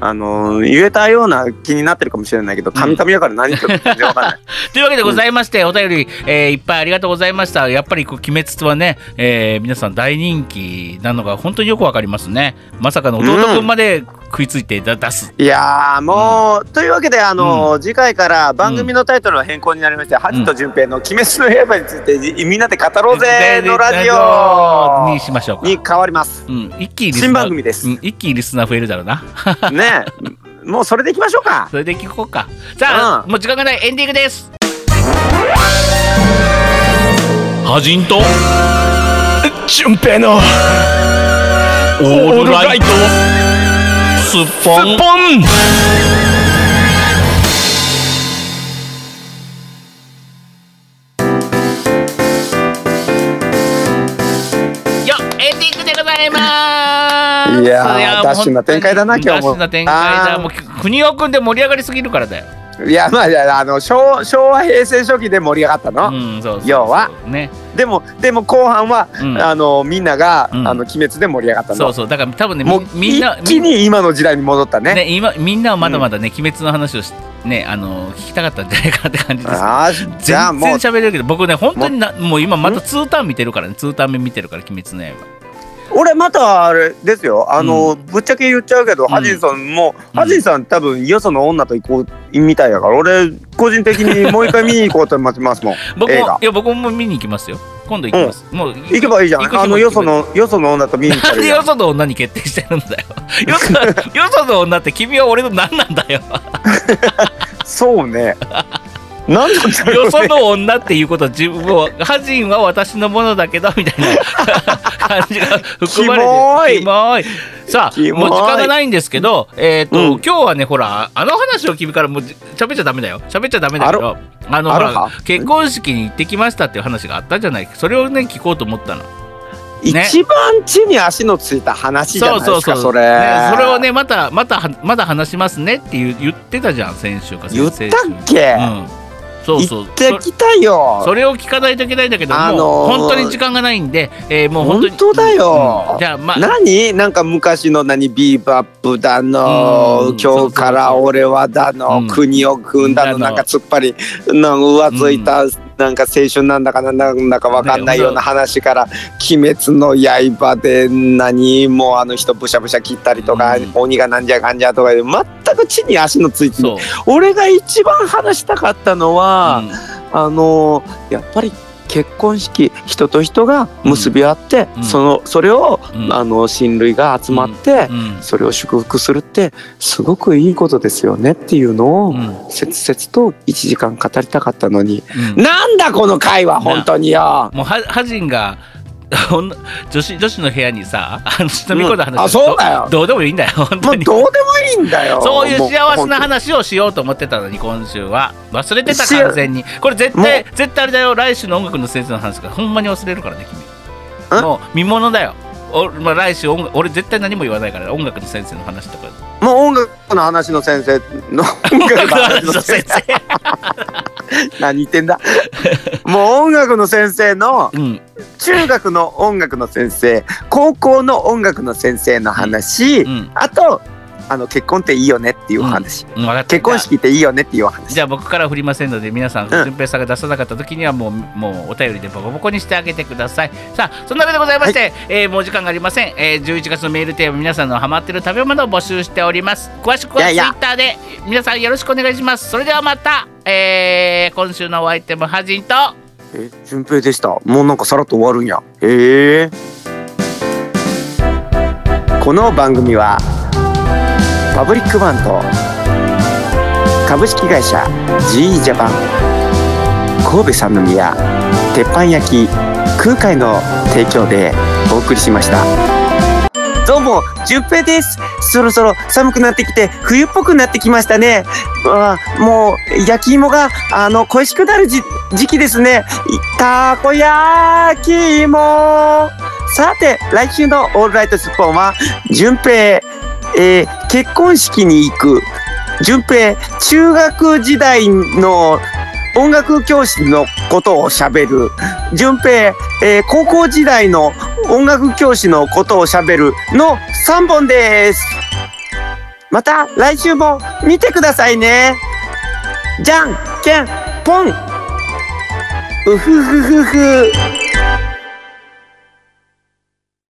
あのー言えたような気になってるかもしれないけど神々やから何言ってるか全然わかんない
というわけでございまして、お便り、えーいっぱいありがとうございましたやっぱりこう鬼滅とはね、えー皆さん大人気なのが本当によくわかりますねまさかの弟くんまで食いついてだ出す、
いやーもう、というわけであのー次回から番組のタイトルの変更になりまして、ハジと順平の「鬼滅の刃」についていみんなで語ろうぜのラジオ
にしましょうか、
に変わります
うん、一気にリスナー
新番組です
うん、一気にリスナー増えるだろうな
ねえもうそれでいきましょうか
それで聞こうかさあ、
う
もう時間がないエンディングですはじんと
順平の
オールライトスッポン
ポン
よエンディングでございます
いやー
もう
ダッシュな展開だな
本当に
今日
ダッ
も
シュな展開だ
あー
もう国を組んで盛り上がりすぎるからだよ
いやまあいやあの昭昭和平成初期で盛り上がったの、
うんそうそうそう
要は
ね
でもでも後半は、
うん
あのみんなが、
うん
あの鬼滅で盛り上がったの
そうそうだから多分ね
もう
みみんな
一気に今の時代に戻ったね
ね今みんなはまだまだね、鬼滅の話をしねあの聞きたかったんじゃないかなって感じです
あーじゃあ
全
も
然
う
喋れるけど僕ね本当になもう今また2ターン見てるからね2ターン目見てるから鬼滅の刃
俺またあれですよあの、ぶっちゃけ言っちゃうけど、
ん
ハジンさんも、ハジンさん多分よその女と行こうみたいだから俺個人的にもう一回見に行こうと思ってますもん
[LAUGHS] 僕
映
も
画
いや僕も見に行きますよ今度行きます、もう行
行けばいいじゃん
行く日も
あのよそ
行
のよその女と見に行っ
けば
た
いいなんで [LAUGHS]
らいいじゃ
よ
ん
その女に決定してるんだよよそよその女って君は俺の何なんだよ
そ
[LAUGHS]
うねなんなんだろう
よ
ね
その女っていうこと自分を「ハジンは私のものだけど」みた
[LAUGHS]
いな感じが含まれて
キ
モいさあ
キモ
もう
い
時間がないんですけどえっ、と、
うん
今日はねほらあの話を君からもうじ喋っちゃダメだよ喋っちゃダメだけどあのほ
あろ
ら
は
結婚式に行ってきましたっていう話があったじゃないそれをね聞こうと思ったの。ね
一番地に足のついた話じゃないですかそれ、
ね、それをねまたまたはまだ話しますねっていう言ってたじゃん先週か先
言
々
っ
週
たっけ、
うんそうそう
言ってきたよ
そそれを聞かないといけないんだけど、
あのー
もう本当に時間がないんで、えーもう本当に
本当だよ
うんじゃあまあ
何なんか昔の何ビーバップだ
う
の
ん
今日から俺はだ
う
の
ん
国を組んだの
うん
なんか突っ張りの浮ついたなんか青春なんだかなんだかわかんないような話から「鬼滅の刃」で何もうあの人ブシャブシャ切ったりとか、
うん
鬼がなんじゃかんじゃとかで全く地に足のついてない
そう、
俺が一番話したかったのは、
うん
あのやっぱり結婚式人と人が結び合って、
うん
そのそれを、
うん
あの親類が集まって、
うん
それを祝福するってすごくいいことですよねっていうのを
うん
切々と1時間語りたかったのに、
うん
なんだこの会は本当によ
もうはハジンが女女子女子の部屋にさあの飲み込んだ話、
うんあそうだよ
どうでもいいんだよ本
も
当
う
に、
どうでもいいんだよ
そういう幸せな
もう
話をしようと思ってたのに今週は忘れてた
しや
完全にこれ絶対
も
絶対あれだよ来週の音楽の先生の話がほんまに忘れるからね君
ん
もう見物だよお、まあ、来週音楽俺絶対何も言わないから音楽の先生の話とか
もう音楽の話の先生の音
音
楽
楽
の
の
話
話の
の先
先
生
生
[LAUGHS] 何言っ
[LAUGHS]
てんだもう音楽の先生の
うん
中学の音楽の先生高校の音楽の先生の話、
うん
あとあの結婚っていいよねっていう話、
分かった
結婚式っていいよねっていう話
じゃあ僕からは振りませんので皆さん、
うん
順平さんが出さなかった時にはもうもうお便りでボコボコにしてあげてください。さあそんなわけでございまして、えーもう時間がありません、えー11月のメールテーマ皆さんのハマってる食べ物を募集しております。詳しく
い
はツ
やい
イ
や
ッターで皆さんよろしくお願いします。それではまた、えー今週のお相手もハジンと
え順平でしたもうなんかさらっと終わるんやへえこの番組はパブリックバンと株式会社 GE ジャパン神戸三宮鉄板焼き空海の提供でお送りしましたどうも順平ですそろそろ寒くなってきて冬っぽくなってきましたねあーもう焼き芋があの恋しくなるじ時期ですねいたこ焼き芋さて来週の「オールライトスッポン」は順平、えー結婚式に行く順平中学時代の音楽教室のことをしゃべる順平、えー高校時代の音楽教師のことをしゃべるの3本ですまた来週も見てくださいねじゃんけんぽんうふふふふ。